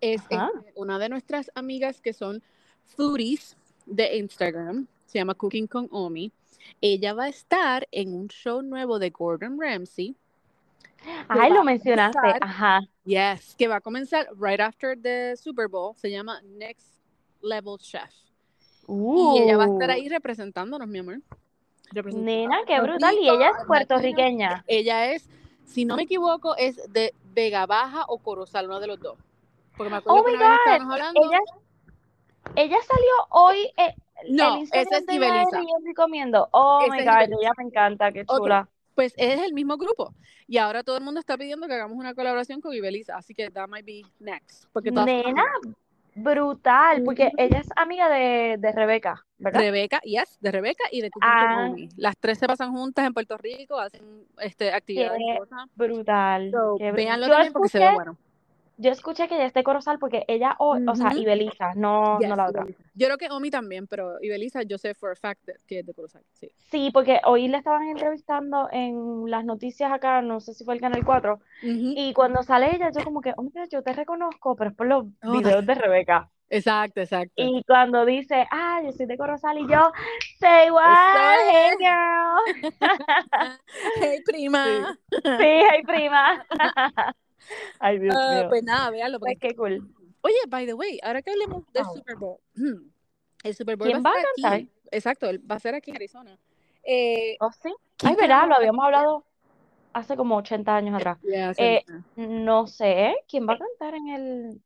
Speaker 3: Es
Speaker 2: Ajá.
Speaker 3: este, una de nuestras amigas que son foodies de Instagram. Se llama Cooking con Omi. Ella va a estar en un show nuevo de Gordon Ramsay.
Speaker 2: Ay,
Speaker 3: va
Speaker 2: lo
Speaker 3: a
Speaker 2: mencionaste,
Speaker 3: comenzar-
Speaker 2: ajá.
Speaker 3: Yes, que va a comenzar right after the Super Bowl. Se llama Next Level Chef. Y ella va a estar
Speaker 2: Uh.
Speaker 3: ahí representándonos, mi amor. Representando
Speaker 2: Nena,
Speaker 3: a
Speaker 2: qué
Speaker 3: Puerto
Speaker 2: brutal. Y
Speaker 3: Rico,
Speaker 2: ella
Speaker 3: a la
Speaker 2: es
Speaker 3: latina.
Speaker 2: puertorriqueña.
Speaker 3: Ella es, si no me equivoco, es de Vega Baja o Corozal, uno de los dos. Porque me acuerdo
Speaker 2: Oh
Speaker 3: que
Speaker 2: my
Speaker 3: una vez
Speaker 2: God.
Speaker 3: estábamos hablando.
Speaker 2: Ella, ella salió hoy. eh, el
Speaker 3: No, esa
Speaker 2: Instagram
Speaker 3: es
Speaker 2: de ella es
Speaker 3: Ibeliza.
Speaker 2: y yo recomiendo. Oh
Speaker 3: Esa
Speaker 2: my
Speaker 3: es
Speaker 2: God.
Speaker 3: Ibeliza.
Speaker 2: Ella me encanta. Qué
Speaker 3: Otro.
Speaker 2: chula.
Speaker 3: Pues es el mismo grupo. Y ahora todo el mundo está pidiendo que hagamos una colaboración con Ibeliza. Así que that might be next. Porque todas son
Speaker 2: Nena, brutal. Porque
Speaker 3: Ujú.
Speaker 2: ella es amiga de, de Rebeca, ¿verdad?
Speaker 3: Rebeca, yes, de Rebeca y de Cooking
Speaker 2: Ah.
Speaker 3: con Omi. Las tres se pasan juntas en Puerto Rico, hacen este, actividades y
Speaker 2: Qué
Speaker 3: cosas.
Speaker 2: brutal.
Speaker 3: So,
Speaker 2: qué br-
Speaker 3: véanlo
Speaker 2: Yo
Speaker 3: también porque se ve
Speaker 2: escuché,
Speaker 3: bueno.
Speaker 2: Yo escuché que ella es de Corozal porque ella, o, o sea,
Speaker 3: Ujú.
Speaker 2: Ibeliza, no,
Speaker 3: Yes,
Speaker 2: no la otra.
Speaker 3: Ibeliza. Yo creo que Omi también, pero Ibeliza, yo sé for a fact que es de Corozal. Sí.
Speaker 2: Sí, porque hoy la estaban entrevistando en las noticias acá, no sé si fue el Canal 4,
Speaker 3: Ujú.
Speaker 2: y cuando sale ella, yo como que, hombre, yo te reconozco, pero es por los
Speaker 3: Oh.
Speaker 2: videos de Rebeca.
Speaker 3: Exacto, exacto.
Speaker 2: Y cuando dice, ah, yo soy de Corozal, y yo, say what, hey girl,
Speaker 3: Hey, prima.
Speaker 2: sí, hey prima. Ay, Dios
Speaker 3: Ah,
Speaker 2: mío,
Speaker 3: pues nada, véalo. porque-
Speaker 2: Ay, qué cool.
Speaker 3: Oye, by the way, ahora que hablemos del
Speaker 2: Ah.
Speaker 3: Super Bowl, el Super Bowl
Speaker 2: ¿Quién
Speaker 3: va
Speaker 2: va
Speaker 3: a
Speaker 2: a
Speaker 3: estar aquí. Exacto, él va a ser aquí en Arizona. Eh,
Speaker 2: Oh, sí.
Speaker 3: ¿quién
Speaker 2: Ay, verdad, lo
Speaker 3: carajo-
Speaker 2: habíamos hablado hace como 80 años atrás.
Speaker 3: Ya,
Speaker 2: Eh,
Speaker 3: señora.
Speaker 2: no sé, ¿quién va a cantar en el,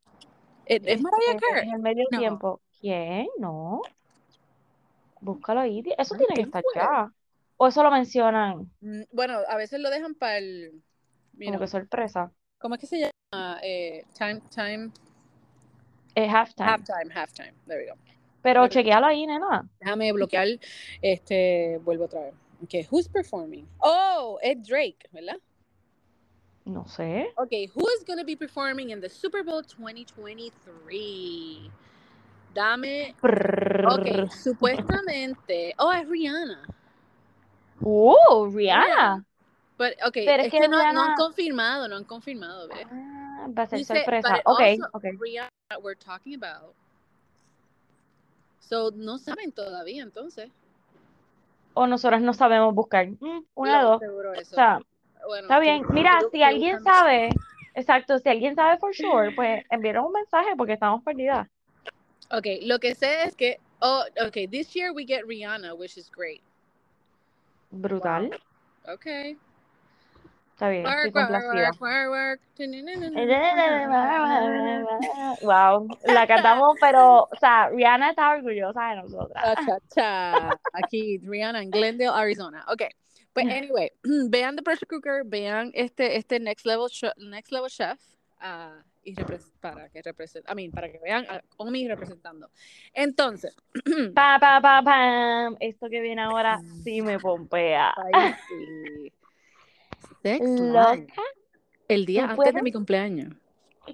Speaker 3: Eh, ¿Es Mariah
Speaker 2: este,
Speaker 3: Carey?
Speaker 2: en el medio
Speaker 3: No.
Speaker 2: tiempo? ¿Quién? No. Búscalo ahí. di- Eso
Speaker 3: Ay,
Speaker 2: tiene que
Speaker 3: ¿quién
Speaker 2: estar
Speaker 3: fue?
Speaker 2: ya. O eso lo mencionan
Speaker 3: Mm, Bueno, a veces lo dejan para el. you
Speaker 2: como
Speaker 3: know,
Speaker 2: que sorpresa.
Speaker 3: ¿Cómo es que se llama? Eh, time, time,
Speaker 2: Es halftime.
Speaker 3: halftime, halftime. There we go.
Speaker 2: Pero
Speaker 3: Ah, Pero-
Speaker 2: chequealo ahí, nena.
Speaker 3: Déjame bloquear. Este, vuelvo otra vez. Okay, who's performing? Oh, es Drake, ¿verdad?
Speaker 2: No sé.
Speaker 3: Okay, who is going to be performing in the Super Bowl 2023? Dame. Okay,
Speaker 2: Prrrr.
Speaker 3: supuestamente. Oh, es Rihanna.
Speaker 2: Uh,
Speaker 3: Yeah.
Speaker 2: Rihanna.
Speaker 3: But, okay,
Speaker 2: Pero es
Speaker 3: es
Speaker 2: que
Speaker 3: que no, no han
Speaker 2: Rihanna-
Speaker 3: confirmado, no han confirmado, ¿ves?
Speaker 2: Ah, va a ser
Speaker 3: Dice,
Speaker 2: sorpresa.
Speaker 3: but
Speaker 2: Ok,
Speaker 3: also
Speaker 2: ok.
Speaker 3: Rihanna that we're talking about. So, no saben todavía, entonces.
Speaker 2: O nosotras no sabemos buscar. Mm, una
Speaker 3: Lo más
Speaker 2: de dos.
Speaker 3: seguro
Speaker 2: O
Speaker 3: eso.
Speaker 2: sea,
Speaker 3: Bueno,
Speaker 2: Está
Speaker 3: tú-
Speaker 2: bien. Mira,
Speaker 3: tú-
Speaker 2: si
Speaker 3: tú
Speaker 2: alguien
Speaker 3: buscando.
Speaker 2: sabe, exacto, si alguien sabe for sure, pues envíenos un mensaje porque estamos perdidas.
Speaker 3: Okay, lo que sé es que, oh, okay, this year we get Rihanna, which is great.
Speaker 2: Brutal.
Speaker 3: Okay.
Speaker 2: Está bien, estoy
Speaker 3: Work, work,
Speaker 2: complacida.
Speaker 3: work, work, work.
Speaker 2: Wow, la cantamos, pero, o sea, Rihanna está orgullosa de nosotras.
Speaker 3: Ah, cha, cha. Aquí, Rihanna en Glendale, Arizona. Okay.
Speaker 2: Mm.
Speaker 3: But anyway, vean The Pressure Cooker, vean este, este Next Level, Sh- Next Level Chef. ah, y repres- para que represent, I mean, para que vean a Omi representando. Entonces,
Speaker 2: Pa, pa, pa, pam. Esto que viene ahora sí me pompea.
Speaker 3: spicy. Sex line.
Speaker 2: Loca,
Speaker 3: El día
Speaker 2: ¿Tú
Speaker 3: antes de
Speaker 2: puedes?
Speaker 3: mi cumpleaños.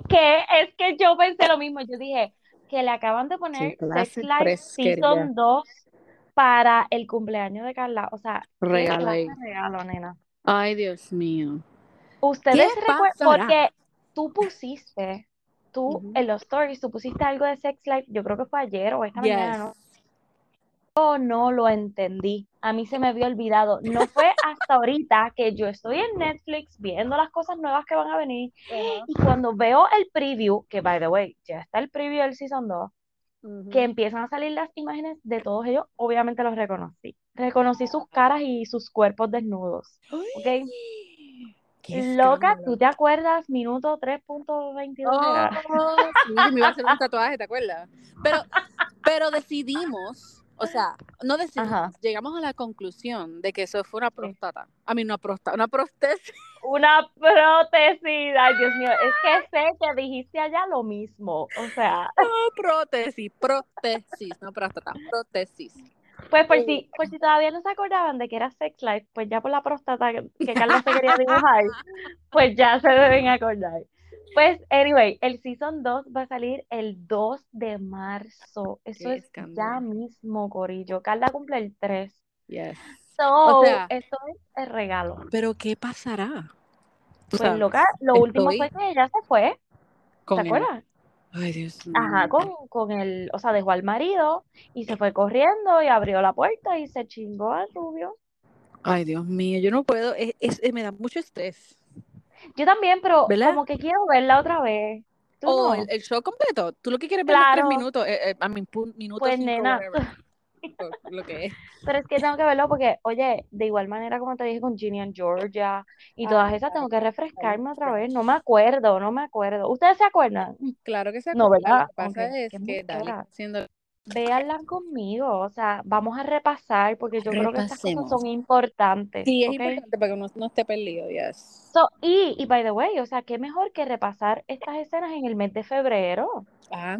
Speaker 2: que es que yo pensé lo mismo. Yo dije que le acaban de poner
Speaker 3: Qué clase
Speaker 2: Sex Life
Speaker 3: fresquería.
Speaker 2: Season 2 para el cumpleaños de Carla. O sea, qué
Speaker 3: Regalo
Speaker 2: clase
Speaker 3: ahí.
Speaker 2: de regalo, nena.
Speaker 3: Ay, Dios mío.
Speaker 2: Ustedes recuerdan,
Speaker 3: pasará?
Speaker 2: porque tú pusiste, tú
Speaker 3: Ujú.
Speaker 2: en los stories, tú pusiste algo de Sex Life, yo creo que fue ayer o esta mañana, ¿no?
Speaker 3: Yes.
Speaker 2: Yo no lo entendí. A mí se me había olvidado. No fue hasta ahorita que yo estoy en Netflix viendo las cosas nuevas que van a venir.
Speaker 3: Ajá.
Speaker 2: Y cuando veo el preview, que by the way, ya está el preview del Season 2, que empiezan a salir las imágenes de todos ellos, obviamente los reconocí. Reconocí sus caras y sus cuerpos desnudos.
Speaker 3: Uy,
Speaker 2: ¿Ok?
Speaker 3: Qué
Speaker 2: Loca,
Speaker 3: escándalo.
Speaker 2: ¿tú te acuerdas? Minuto 3.22
Speaker 3: Oh,
Speaker 2: era.
Speaker 3: sí, que me iba a hacer un tatuaje, ¿te acuerdas? Pero, pero decidimos, o sea, no decidimos,
Speaker 2: Ajá.
Speaker 3: llegamos a la conclusión de que eso fue una próstata. A mí, una próstata, una prótesis.
Speaker 2: Una prótesis. Ay, Dios mío, es que sé que dijiste allá lo mismo. O sea,
Speaker 3: Oh, prótesis, prótesis, no próstata, prótesis.
Speaker 2: pues por
Speaker 3: Sí.
Speaker 2: si, por si todavía no se acordaban de que era Sex Life, pues ya por la próstata que, que Carla se quería dibujar, pues ya se deben acordar. Pues, anyway, el Season 2 va a salir el 2 de marzo. Eso
Speaker 3: Qué
Speaker 2: es ya
Speaker 3: escándalo.
Speaker 2: mismo, Corillo. Carla cumple el 3.
Speaker 3: Yes.
Speaker 2: So,
Speaker 3: O sea-
Speaker 2: esto es el regalo.
Speaker 3: Pero ¿qué pasará? Tú
Speaker 2: Pues
Speaker 3: sabes,
Speaker 2: loca, lo último
Speaker 3: estoy
Speaker 2: fue que ella se fue,
Speaker 3: con él.
Speaker 2: ¿te acuerdas?
Speaker 3: Ay, Dios mío.
Speaker 2: Ajá, con, con el, o sea, dejó al marido y se fue corriendo y abrió la puerta y se chingó al rubio.
Speaker 3: Ay, Dios mío, yo no puedo, es, es- eh, me da mucho estrés.
Speaker 2: Yo también, pero
Speaker 3: ¿Verdad?
Speaker 2: como que quiero verla otra vez. ¿Tú
Speaker 3: O
Speaker 2: no?
Speaker 3: Oh, el, el show completo. Tú lo que quieres ver los
Speaker 2: Claro.
Speaker 3: tres minutos, eh, eh, a mí, pu- minuto
Speaker 2: Pues,
Speaker 3: cinco,
Speaker 2: nena.
Speaker 3: whatever. Lo- Lo que es.
Speaker 2: Pero es que tengo que verlo porque, oye, de igual manera como te dije con Ginny and Georgia y
Speaker 3: Ah,
Speaker 2: todas esas, tengo que refrescarme otra vez. No me acuerdo, no me acuerdo. ¿Ustedes se acuerdan?
Speaker 3: Claro que se
Speaker 2: No,
Speaker 3: acuerda.
Speaker 2: ¿verdad?
Speaker 3: Lo que pasa
Speaker 2: Ok,
Speaker 3: es
Speaker 2: qué
Speaker 3: que Dali
Speaker 2: mentira.
Speaker 3: está haciendo.
Speaker 2: Véanla conmigo, o sea, vamos a repasar porque yo creo que estas cosas
Speaker 3: Repasemos.
Speaker 2: son importantes.
Speaker 3: Sí, es
Speaker 2: ¿ok?
Speaker 3: importante para que uno no esté perdido, yes.
Speaker 2: So, y, y by the way, o sea, qué mejor que repasar estas escenas en el mes de febrero.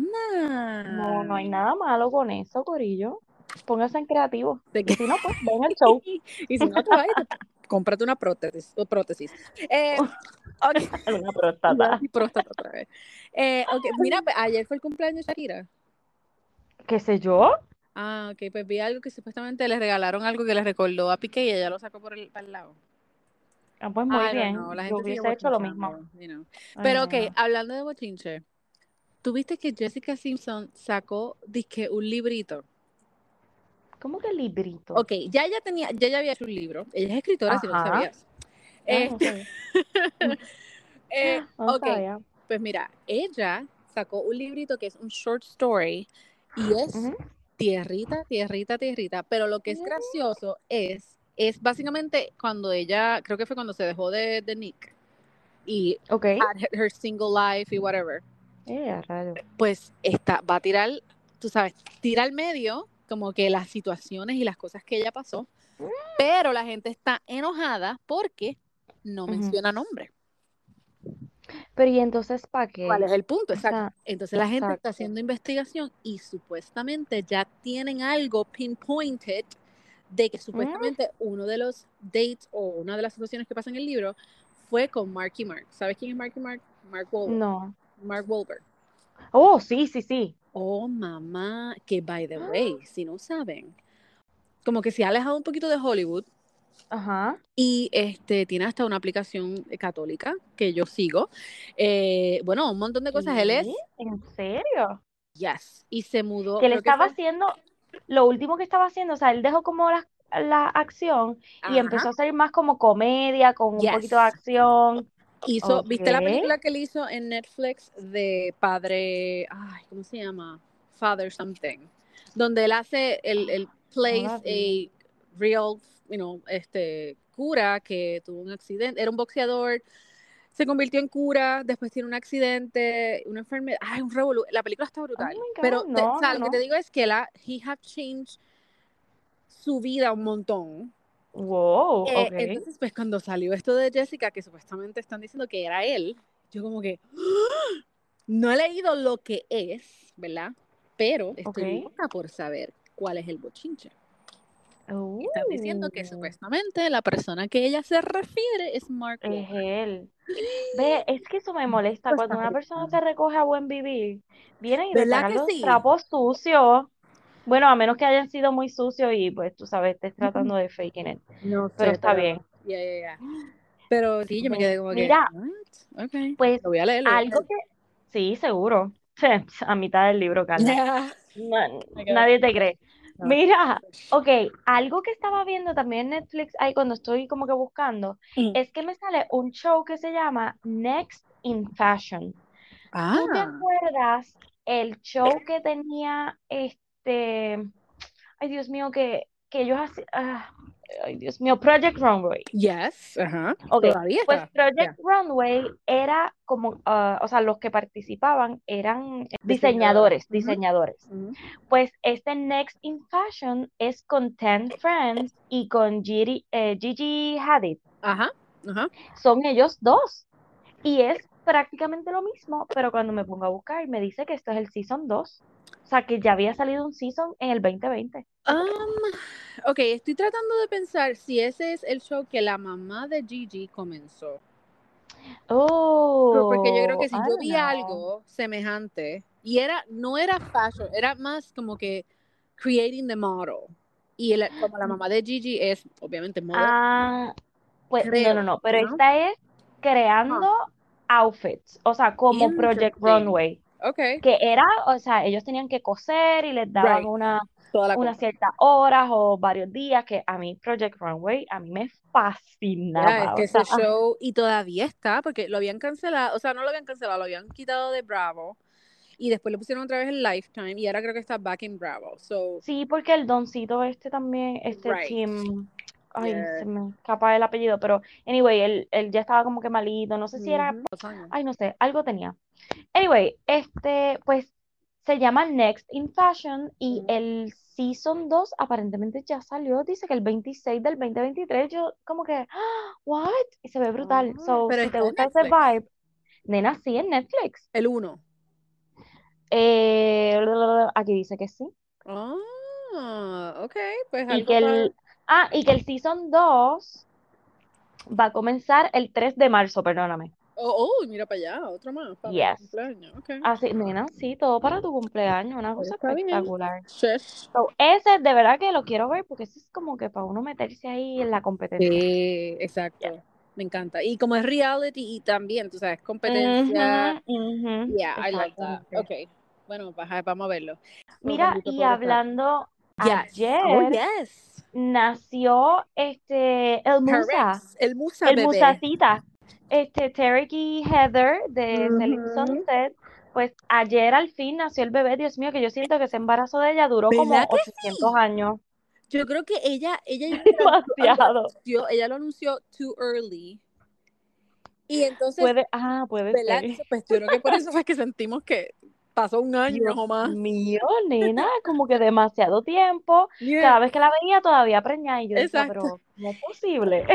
Speaker 3: Anda.
Speaker 2: No,
Speaker 3: Ah.
Speaker 2: no hay nada malo con eso, Corillo. Pónganse en creativo.
Speaker 3: ¿De
Speaker 2: Y
Speaker 3: qué?
Speaker 2: si no, pues ven el show.
Speaker 3: Y si no, tú vas y te- cómprate una prótesis. o prótesis. Eh, Ok.
Speaker 2: Una próstata.
Speaker 3: Y próstata otra vez. Eh, ok, Mira, pues, ayer fue el cumpleaños de Shakira.
Speaker 2: ¿Qué sé yo?
Speaker 3: Ah, ok, pues vi algo que supuestamente le regalaron algo que le recordó a Piqué y ella lo sacó por el, para el lado.
Speaker 2: Ah, pues muy
Speaker 3: I don't
Speaker 2: bien.
Speaker 3: know, la
Speaker 2: Yo
Speaker 3: gente sigue
Speaker 2: hubiese hecho lo mismo.
Speaker 3: bochinchando, you know.
Speaker 2: Ay,
Speaker 3: Pero
Speaker 2: no,
Speaker 3: ok,
Speaker 2: no.
Speaker 3: hablando de bochinche, ¿tuviste que Jessica Simpson sacó disque un librito?
Speaker 2: ¿Cómo que librito?
Speaker 3: Ok, ya ella tenía, ya ella había hecho un libro. Ella es escritora, si no
Speaker 2: Ajá.
Speaker 3: sabías.
Speaker 2: Ah, no
Speaker 3: Este,
Speaker 2: sabía.
Speaker 3: eh,
Speaker 2: Ah, No
Speaker 3: ok,
Speaker 2: sabía.
Speaker 3: pues mira, ella sacó un librito que es un short story y es
Speaker 2: Ah, Ujú.
Speaker 3: tierrita, tierrita, tierrita, pero lo que es gracioso es, es básicamente cuando ella, creo que fue cuando se dejó de, de Nick y
Speaker 2: Ok.
Speaker 3: had her- her single life y whatever,
Speaker 2: Eh, a rayos.
Speaker 3: pues está, va a tirar, tú sabes, tira al medio como que las situaciones y las cosas que ella pasó, pero la gente está enojada porque no
Speaker 2: Ujú.
Speaker 3: menciona nombre.
Speaker 2: Pero ¿y entonces para qué?
Speaker 3: ¿Cuál es el punto?
Speaker 2: O
Speaker 3: Exacto.
Speaker 2: sea,
Speaker 3: Entonces la gente
Speaker 2: exacto.
Speaker 3: está haciendo investigación y supuestamente ya tienen algo pinpointed de que supuestamente uno de los dates o una de las situaciones que pasa en el libro fue con Marky Mark. ¿Sabes quién es Marky Mark? Mark Wahlberg.
Speaker 2: No.
Speaker 3: Mark Wahlberg.
Speaker 2: Oh, sí, sí, sí.
Speaker 3: Oh, mamá, que by the way, si no saben, como que se ha alejado un poquito de Hollywood
Speaker 2: Ajá.
Speaker 3: y este tiene hasta una aplicación católica que yo sigo. Eh, bueno, un montón de cosas. Él es,
Speaker 2: ¿Qué? ¿En serio?
Speaker 3: yes, y se mudó.
Speaker 2: Que él
Speaker 3: creo que
Speaker 2: estaba
Speaker 3: fue-
Speaker 2: haciendo, lo último que estaba haciendo, o sea, él dejó como la, la acción y
Speaker 3: Ajá.
Speaker 2: empezó a hacer más como comedia, con un poquito de
Speaker 3: Yes.
Speaker 2: acción.
Speaker 3: Hizo,
Speaker 2: Ok.
Speaker 3: ¿viste la película que él hizo en Netflix de padre, ay, ¿cómo se llama? Father something, donde él hace el, el
Speaker 2: No
Speaker 3: plays
Speaker 2: la vi.
Speaker 3: a real, you know, este cura que tuvo un accidente, era un boxeador, se convirtió en cura, después tiene un accidente, una enfermedad, ay, un revolú, la película está
Speaker 2: Oh
Speaker 3: brutal,
Speaker 2: my
Speaker 3: pero
Speaker 2: God,
Speaker 3: te- o
Speaker 2: no,
Speaker 3: sea,
Speaker 2: no,
Speaker 3: lo que te
Speaker 2: no.
Speaker 3: digo es que la he have changed su vida un montón.
Speaker 2: Wow,
Speaker 3: Eh,
Speaker 2: ok.
Speaker 3: entonces, pues cuando salió esto de Jessica, que supuestamente están diciendo que era él, yo como que ¡Ah! no he leído lo que es, ¿verdad? Pero
Speaker 2: Ok.
Speaker 3: estoy loca por saber cuál es el bochinche. Están diciendo que
Speaker 2: Uh,
Speaker 3: supuestamente la persona que ella se refiere es Mark
Speaker 2: es
Speaker 3: Wahlberg.
Speaker 2: él. Ve, es que eso me molesta.
Speaker 3: Pues,
Speaker 2: Cuando una persona se
Speaker 3: americano.
Speaker 2: recoge a buen vivir, vienen y le
Speaker 3: ¿Verdad
Speaker 2: sacan
Speaker 3: que
Speaker 2: los
Speaker 3: sí?
Speaker 2: trapos sucios. Bueno, a menos que hayan sido muy sucios y pues tú sabes, estés
Speaker 3: Mm,
Speaker 2: tratando de faking it.
Speaker 3: No
Speaker 2: Pero
Speaker 3: sé,
Speaker 2: está
Speaker 3: pero...
Speaker 2: bien.
Speaker 3: Ya, ya, ya. Pero sí, yo me
Speaker 2: Ve,
Speaker 3: quedé como que...
Speaker 2: Mira,
Speaker 3: What? Ok,
Speaker 2: pues
Speaker 3: lo voy a leer, lo voy a
Speaker 2: algo que... Sí, seguro. A mitad del libro, Carla.
Speaker 3: leer.
Speaker 2: Na-
Speaker 3: Me quedé-
Speaker 2: nadie te cree.
Speaker 3: no.
Speaker 2: Mira, ok, algo que estaba viendo también en Netflix, ahí cuando estoy como que buscando,
Speaker 3: Mm.
Speaker 2: es que me sale un show que se llama Next in Fashion. ¿Tú te
Speaker 3: Ah,
Speaker 2: acuerdas el show que tenía este, ay Dios mío, que, que ellos hacían, ay Dios mío, Project Runway?
Speaker 3: yes, ajá.
Speaker 2: Ok,
Speaker 3: Todavía
Speaker 2: pues
Speaker 3: está.
Speaker 2: Project
Speaker 3: Ya.
Speaker 2: Runway era como, ah, o sea, los que participaban eran
Speaker 3: Diseñadora.
Speaker 2: diseñadores, diseñadores. Pues este Next in Fashion es con Ten Friends y con Gigi, eh, Gigi Hadid.
Speaker 3: Ajá, ajá.
Speaker 2: Son ellos dos. Y es prácticamente lo mismo, pero cuando me pongo a buscar me dice que esto es el Season 2. O sea, que ya había salido un Season en el 2020.
Speaker 3: Um, ok, estoy tratando de pensar si ese es el show que la mamá de Gigi comenzó. Pero Porque yo creo
Speaker 2: Oh,
Speaker 3: que si
Speaker 2: I
Speaker 3: yo
Speaker 2: don't
Speaker 3: vi
Speaker 2: know.
Speaker 3: algo semejante y era, no era fashion, era más como que creating the model. Y el- como la mamá de Gigi es obviamente modelo,
Speaker 2: Mm. Ah, pues no, no,
Speaker 3: creo,
Speaker 2: no, pero
Speaker 3: ¿no?
Speaker 2: esta es creando
Speaker 3: Huh.
Speaker 2: outfits, o sea, como Project
Speaker 3: Interesting.
Speaker 2: Runway,
Speaker 3: Ok.
Speaker 2: que era, o sea, ellos tenían que coser y les daban
Speaker 3: Right.
Speaker 2: una,
Speaker 3: Toda la
Speaker 2: unas
Speaker 3: cosa.
Speaker 2: ciertas horas o varios días, que a mí Project Runway, a mí me
Speaker 3: Ya, es
Speaker 2: fascinaba,
Speaker 3: que
Speaker 2: o
Speaker 3: ese
Speaker 2: sea,
Speaker 3: show y todavía está, porque lo habían cancelado, o sea, no lo habían cancelado, lo habían quitado de Bravo y después lo pusieron otra vez en Lifetime y ahora creo que está back in Bravo. So,
Speaker 2: sí, porque el doncito este también, este
Speaker 3: right.
Speaker 2: Tim, ay,
Speaker 3: Yeah.
Speaker 2: se me escapa el apellido, pero anyway, él, él ya estaba como que malito, no sé si era,
Speaker 3: Ujú. Dos años.
Speaker 2: ay, no sé, algo tenía. Anyway, este, pues se llama Next in Fashion y
Speaker 3: Ujú.
Speaker 2: el Season 2 aparentemente ya salió, dice que el 26 del 2023, yo como que, ¡Ah! what? Y se ve brutal.
Speaker 3: Ah,
Speaker 2: So,
Speaker 3: pero
Speaker 2: si
Speaker 3: está
Speaker 2: te
Speaker 3: en
Speaker 2: gusta ese
Speaker 3: Netflix,
Speaker 2: vibe, nena, sí, en Netflix.
Speaker 3: el uno.
Speaker 2: Eh, aquí dice que sí.
Speaker 3: Ah, ok, pues
Speaker 2: Y
Speaker 3: algo
Speaker 2: que
Speaker 3: para...
Speaker 2: el, ah, y que el Season 2 va a comenzar el 3 de marzo, perdóname.
Speaker 3: Oh, oh, mira para allá, otro más. Para
Speaker 2: Yes. Ah,
Speaker 3: mi cumpleaños. ok.
Speaker 2: Así, mira, sí, todo para tu cumpleaños, una cosa
Speaker 3: Ah. está bien.
Speaker 2: espectacular.
Speaker 3: Yes.
Speaker 2: So, ese de verdad que lo quiero ver porque ese es como que para uno meterse ahí en la competencia.
Speaker 3: Sí, Eh, exacto. Me encanta. Y como es reality y también, tú sabes, competencia.
Speaker 2: Ujú, ujú,
Speaker 3: Yeah, I like that.
Speaker 2: exactamente.
Speaker 3: Ok. Bueno, baja, vamos a verlo.
Speaker 2: Mira,
Speaker 3: Bendito
Speaker 2: y
Speaker 3: por acá.
Speaker 2: hablando
Speaker 3: Yes. Oh,
Speaker 2: ayer,
Speaker 3: yes.
Speaker 2: nació este el Musa,
Speaker 3: Correct. El Musa,
Speaker 2: el
Speaker 3: bebé.
Speaker 2: Musacita, este Tarek y Heather de Selling
Speaker 3: Ujú.
Speaker 2: Sunset. Pues ayer al fin nació el bebé, Dios mío, que yo siento que ese embarazo de ella duró como
Speaker 3: ¿Verdad que
Speaker 2: 800 años.
Speaker 3: Yo creo que ella, ella
Speaker 2: Demasiado.
Speaker 3: anunció- ella lo anunció too early. Y entonces,
Speaker 2: Puede, ah, puede
Speaker 3: ¿verdad?
Speaker 2: ser.
Speaker 3: Pues yo creo que por eso fue que sentimos que pasó un año
Speaker 2: Dios
Speaker 3: o más.
Speaker 2: mío, nena, como que demasiado tiempo.
Speaker 3: Yeah.
Speaker 2: Cada vez que la veía todavía preñada y yo decía,
Speaker 3: Exacto.
Speaker 2: pero ¿cómo es posible?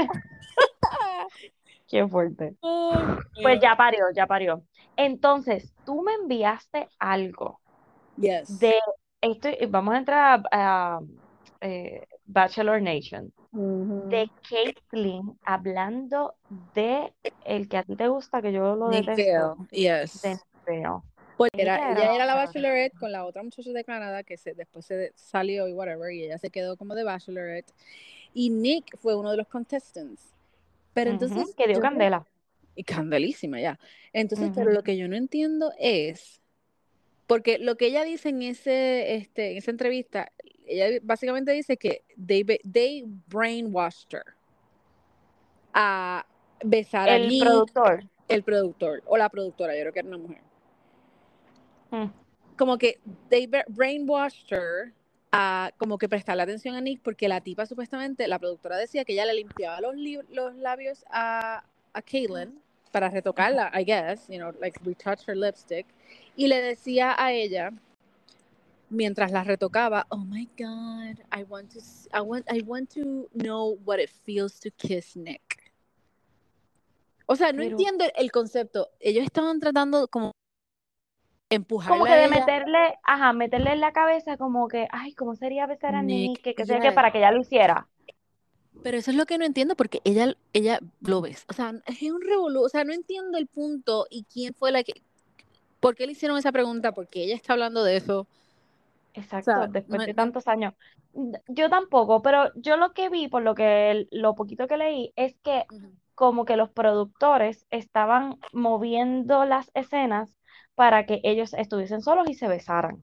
Speaker 2: Qué fuerte.
Speaker 3: Oh,
Speaker 2: Pues
Speaker 3: Dios.
Speaker 2: ya parió, ya parió. Entonces, tú me enviaste algo
Speaker 3: Yes.
Speaker 2: de esto, y vamos a entrar a, a, eh, Bachelor Nation,
Speaker 3: Ujú.
Speaker 2: de Caitlyn hablando de el que a ti te gusta, que yo lo
Speaker 3: Nick Gale,
Speaker 2: detesto,
Speaker 3: oh, Yes.
Speaker 2: de Nickeo.
Speaker 3: Porque era-
Speaker 2: Ella era
Speaker 3: ella
Speaker 2: la
Speaker 3: era la
Speaker 2: bachelorette.
Speaker 3: bachelorette con la otra muchacha de Canadá que se, después se de- salió y whatever, y ella se quedó como de bachelorette. Y Nick fue uno de los contestants. Pero
Speaker 2: Ujú,
Speaker 3: entonces.
Speaker 2: que dio
Speaker 3: yo creo-
Speaker 2: candela.
Speaker 3: Y candelísima ya. Entonces, pero
Speaker 2: Ujú.
Speaker 3: lo que yo no entiendo es. Porque lo que ella dice en, ese, este, en esa entrevista, ella básicamente dice que they, be- they brainwashed her a besar a
Speaker 2: El
Speaker 3: Nick,
Speaker 2: productor.
Speaker 3: el productor, o la productora, yo creo que era una mujer.
Speaker 2: Mm.
Speaker 3: como que they bra- brainwashed her a como que prestarle atención a Nick porque la tipa supuestamente, la productora decía que ella le limpiaba los, li- los labios a, a Caitlyn para retocarla, I guess, you know, like retouch her lipstick. Y le decía a ella, mientras la retocaba, oh my God, I want to, s- I want, I want to know what it feels to kiss Nick. O sea, no
Speaker 2: Pero-
Speaker 3: entiendo el- el concepto. Ellos estaban tratando como empujarla
Speaker 2: Como que
Speaker 3: a
Speaker 2: de
Speaker 3: ella.
Speaker 2: meterle, ajá, meterle en la cabeza como que, ay, ¿cómo sería besar a
Speaker 3: Nick,
Speaker 2: Nick? Que, que
Speaker 3: ella
Speaker 2: sea que para que ella lo hiciera.
Speaker 3: Pero eso es lo que no entiendo porque ella, ella lo ves. O sea, es un revolú. O sea, no entiendo el punto y quién fue la que. ¿Por qué le hicieron esa pregunta? Porque ella está hablando de eso.
Speaker 2: Exacto,
Speaker 3: sea,
Speaker 2: después
Speaker 3: no-
Speaker 2: de
Speaker 3: no-
Speaker 2: tantos años. N- Yo tampoco, pero yo lo que vi, por lo que el- lo poquito que leí, es que como que los productores estaban moviendo las escenas para que ellos estuviesen solos y se besaran.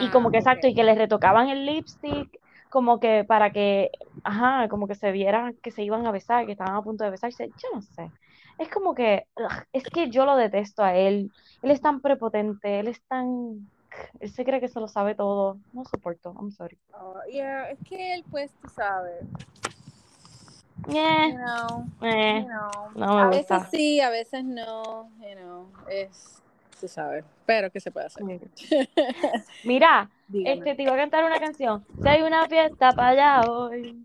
Speaker 2: Y como
Speaker 3: Ah,
Speaker 2: que exacto, y que les retocaban el lipstick, como que para que, ajá, como que se vieran que se iban a besar, que estaban a punto de besarse. Yo no sé. Es como que, ugh, es que yo lo detesto a él. Él es tan prepotente, él es tan, él se cree que se lo sabe todo. No soporto, I'm sorry.
Speaker 3: Oh, es que él, pues, tú sabes.
Speaker 2: Eh,
Speaker 3: You know,
Speaker 2: eh,
Speaker 3: you know.
Speaker 2: no
Speaker 3: A
Speaker 2: me
Speaker 3: veces
Speaker 2: gusta.
Speaker 3: sí, a veces no. You know, es. Tú sabes. Pero, ¿qué se puede hacer?
Speaker 2: Mira,
Speaker 3: Dígame.
Speaker 2: este te iba a cantar una canción. Si hay una fiesta para allá hoy.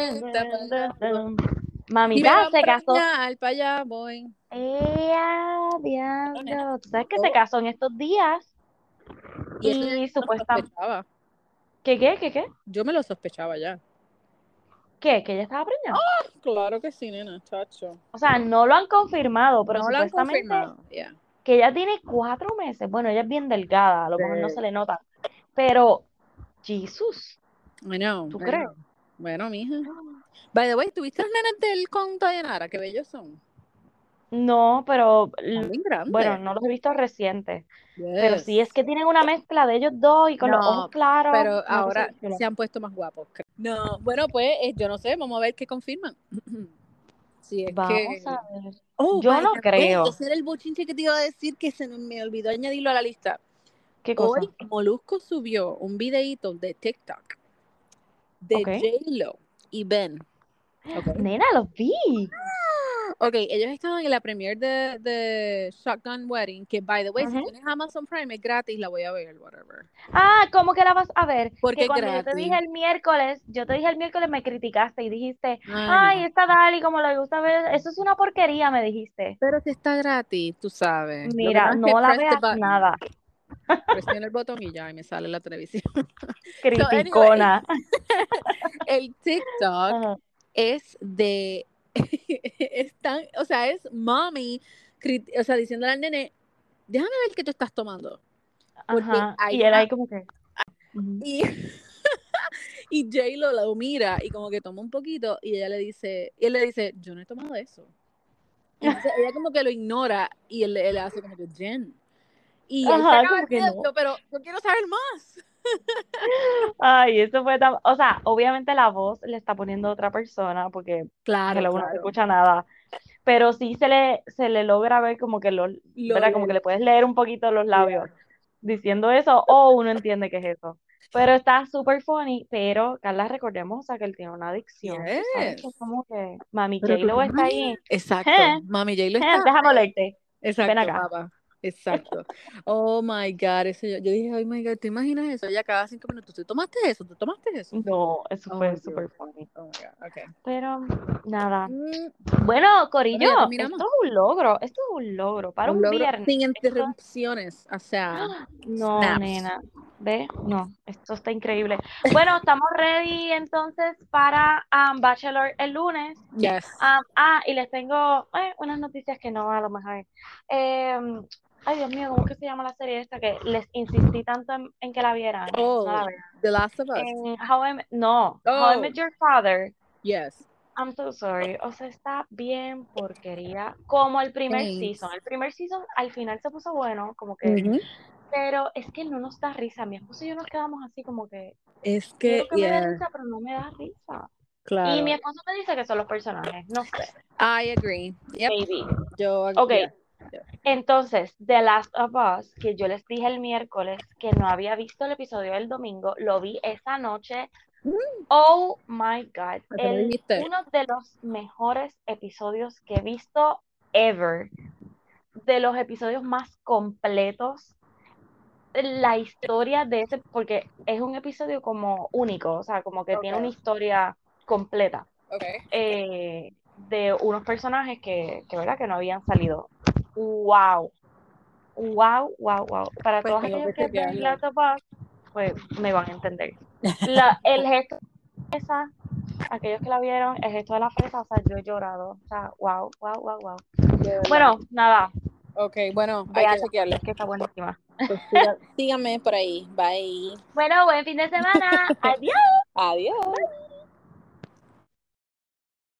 Speaker 3: Si me
Speaker 2: Mamita
Speaker 3: van
Speaker 2: se casó
Speaker 3: preñal, para allá voy.
Speaker 2: ¡Ea,
Speaker 3: nena,
Speaker 2: diablo! Tú sabes que
Speaker 3: todo.
Speaker 2: se casó en estos días
Speaker 3: Y eso
Speaker 2: y
Speaker 3: yo me lo
Speaker 2: supuestamente.
Speaker 3: sospechaba.
Speaker 2: ¿Qué, qué, qué, qué?
Speaker 3: Yo me lo sospechaba ya.
Speaker 2: ¿Qué? ¿Que ella estaba preñada?
Speaker 3: Oh. Claro que sí, nena, chacho.
Speaker 2: O sea, no lo han confirmado, pero
Speaker 3: no lo han
Speaker 2: supuestamente
Speaker 3: confirmado. Yeah.
Speaker 2: que ella tiene cuatro meses. Bueno, ella es bien delgada, a lo mejor no
Speaker 3: Sí.
Speaker 2: se le nota. Pero, Jesús,
Speaker 3: I know,
Speaker 2: ¿tú
Speaker 3: I
Speaker 2: crees?
Speaker 3: know. Bueno, mija. By the way, ¿tuviste los nenes del con Dayanara? Qué bellos son.
Speaker 2: No, pero
Speaker 3: Son bien grandes.
Speaker 2: bueno, no los he visto recientes. Pero
Speaker 3: Yes.
Speaker 2: sí es que tienen una mezcla de ellos dos y con los
Speaker 3: No,
Speaker 2: ojos claros.
Speaker 3: Pero
Speaker 2: una cosa
Speaker 3: ahora
Speaker 2: chula.
Speaker 3: se han puesto más guapos. creo. No, bueno, pues eh, yo no sé, vamos a ver qué confirman. Si es
Speaker 2: Vamos
Speaker 3: que.
Speaker 2: a ver.
Speaker 3: Oh,
Speaker 2: Yo
Speaker 3: by
Speaker 2: no
Speaker 3: the way,
Speaker 2: creo.
Speaker 3: Ese era el bochinche que te iba a decir que se me olvidó añadirlo a la lista.
Speaker 2: ¿Qué cosa?
Speaker 3: Hoy Molusco subió un videíto de TikTok de
Speaker 2: Ok.
Speaker 3: J-Lo y Ben. Ok.
Speaker 2: Nena, los vi.
Speaker 3: Ok, ellos estaban en la premiere de, de Shotgun Wedding, que by the way, si
Speaker 2: Ujú.
Speaker 3: tienes Amazon Prime es gratis, la voy a ver, whatever.
Speaker 2: Ah, ¿cómo que la vas a ver?
Speaker 3: Porque
Speaker 2: Que
Speaker 3: es
Speaker 2: cuando yo te
Speaker 3: gratis.
Speaker 2: dije el miércoles, yo te dije el miércoles, me criticaste y dijiste,
Speaker 3: Ay,
Speaker 2: ay,
Speaker 3: no.
Speaker 2: esta Dali, como le gusta ver, eso es una porquería, me dijiste.
Speaker 3: Pero si está gratis, tú sabes. Eh, Lo que
Speaker 2: Mira,
Speaker 3: pasa es que
Speaker 2: no la
Speaker 3: press the
Speaker 2: veas
Speaker 3: button,
Speaker 2: nada,
Speaker 3: presiona el botón y ya, y me sale la televisión. So, anyway,
Speaker 2: criticona.
Speaker 3: el TikTok
Speaker 2: Ajá.
Speaker 3: es de es tan, o sea, es mami, o sea, diciéndole al nene, déjame ver qué tú estás tomando.
Speaker 2: Porque Ajá. y él ahí como que...
Speaker 3: Y, y J lo, lo mira y como que toma un poquito y ella le dice, y él le dice, yo no he tomado eso. Entonces ella como que lo ignora y él, le hace como que Jen. Y él
Speaker 2: Ajá,
Speaker 3: se acaba
Speaker 2: como que
Speaker 3: riendo,
Speaker 2: no.
Speaker 3: pero yo quiero saber más.
Speaker 2: Ay, eso fue tan... O sea, obviamente la voz le está poniendo otra persona porque
Speaker 3: Claro,
Speaker 2: que luego no se
Speaker 3: claro.
Speaker 2: escucha nada. Pero sí se le, se le logra ver como que los,
Speaker 3: Lo
Speaker 2: ¿verdad? Como
Speaker 3: del-
Speaker 2: que le puedes leer un poquito los labios diciendo eso, o uno entiende que es eso. Pero está súper funny, pero Carla, recordemos, o sea, que él tiene una adicción, tú sabes, que es
Speaker 3: Yes.
Speaker 2: como que mami
Speaker 3: Pero tú
Speaker 2: J-Lo está
Speaker 3: sabes.
Speaker 2: ahí,
Speaker 3: Exacto.
Speaker 2: Eh.
Speaker 3: Mami J lo
Speaker 2: "Eh,
Speaker 3: está.
Speaker 2: déjame olerte, ven
Speaker 3: Exacto,
Speaker 2: acá.
Speaker 3: papá. Exacto. Oh my God. Eso yo, yo dije, oh my God, ¿te imaginas eso? Ella cada cinco minutos, ¿tú tomaste eso? ¿Tú tomaste eso?
Speaker 2: No, Ah, eso
Speaker 3: Oh,
Speaker 2: fue
Speaker 3: Dios.
Speaker 2: súper funny.
Speaker 3: Oh my God. Ok.
Speaker 2: Pero nada.
Speaker 3: Mm,
Speaker 2: Bueno, Corillo,
Speaker 3: Bueno, ya
Speaker 2: esto
Speaker 3: terminamos.
Speaker 2: es un logro, esto es un logro, para
Speaker 3: Un
Speaker 2: un
Speaker 3: logro
Speaker 2: viernes.
Speaker 3: sin
Speaker 2: esto-
Speaker 3: interrupciones. O sea,
Speaker 2: No,
Speaker 3: snaps.
Speaker 2: nena, ve, no, esto está increíble. Bueno, estamos ready entonces para um, Bachelor el lunes.
Speaker 3: Yes.
Speaker 2: Um, ah, y les tengo eh, unas noticias que no a lo mejor. Eh, ay, Dios mío, ¿cómo es que se llama la serie esta? Que les insistí tanto en, en que la vieran. No la
Speaker 3: Oh,
Speaker 2: vean.
Speaker 3: The Last of Us.
Speaker 2: En How I Met- no, How I
Speaker 3: Oh,
Speaker 2: Met Your Father.
Speaker 3: yes.
Speaker 2: I'm so sorry. O sea, está bien porquería. Como el primer
Speaker 3: Thanks.
Speaker 2: season. El primer season al final se puso bueno, como que.
Speaker 3: Ujú.
Speaker 2: Pero es que no nos da risa. Mi esposo y yo nos quedamos así como que.
Speaker 3: Es
Speaker 2: Quiero
Speaker 3: que,
Speaker 2: que me dé
Speaker 3: yeah,
Speaker 2: risa, pero no me da risa. Y mi
Speaker 3: claro.
Speaker 2: esposo me dice que son los personajes. No sé.
Speaker 3: I agree. Yep.
Speaker 2: Maybe.
Speaker 3: Yo,
Speaker 2: Ok.
Speaker 3: yeah, yeah.
Speaker 2: Entonces, The Last of Us, que yo les dije el miércoles que no había visto el episodio del domingo, lo vi esa noche.
Speaker 3: Mm,
Speaker 2: Oh my God,
Speaker 3: ¿a qué me
Speaker 2: el,
Speaker 3: dijiste?
Speaker 2: uno de los mejores episodios que he visto ever, de los episodios más completos, la historia de ese, porque es un episodio como único, o sea, como que tiene una
Speaker 3: Okay,
Speaker 2: historia completa
Speaker 3: okay.
Speaker 2: eh, de unos personajes que, que, ¿verdad? que no habían salido. ¡Wow! Wow, wow, wow. Para
Speaker 3: Pues
Speaker 2: todos
Speaker 3: tengo que
Speaker 2: aquellos que ven
Speaker 3: chequearlo.
Speaker 2: Last of Us, pues me van a entender. La, el gesto de esa, aquellos que la vieron, el gesto de la fresa, o sea, yo he llorado. O sea, wow, wow, wow, wow.
Speaker 3: De verdad.
Speaker 2: Bueno, nada,
Speaker 3: Ok, bueno, hay que
Speaker 2: véanla,
Speaker 3: chequearlo.
Speaker 2: que está buenísima.
Speaker 3: Pues siga- síganme por ahí. Bye.
Speaker 2: Bueno, buen fin de semana. Adiós.
Speaker 3: Adiós.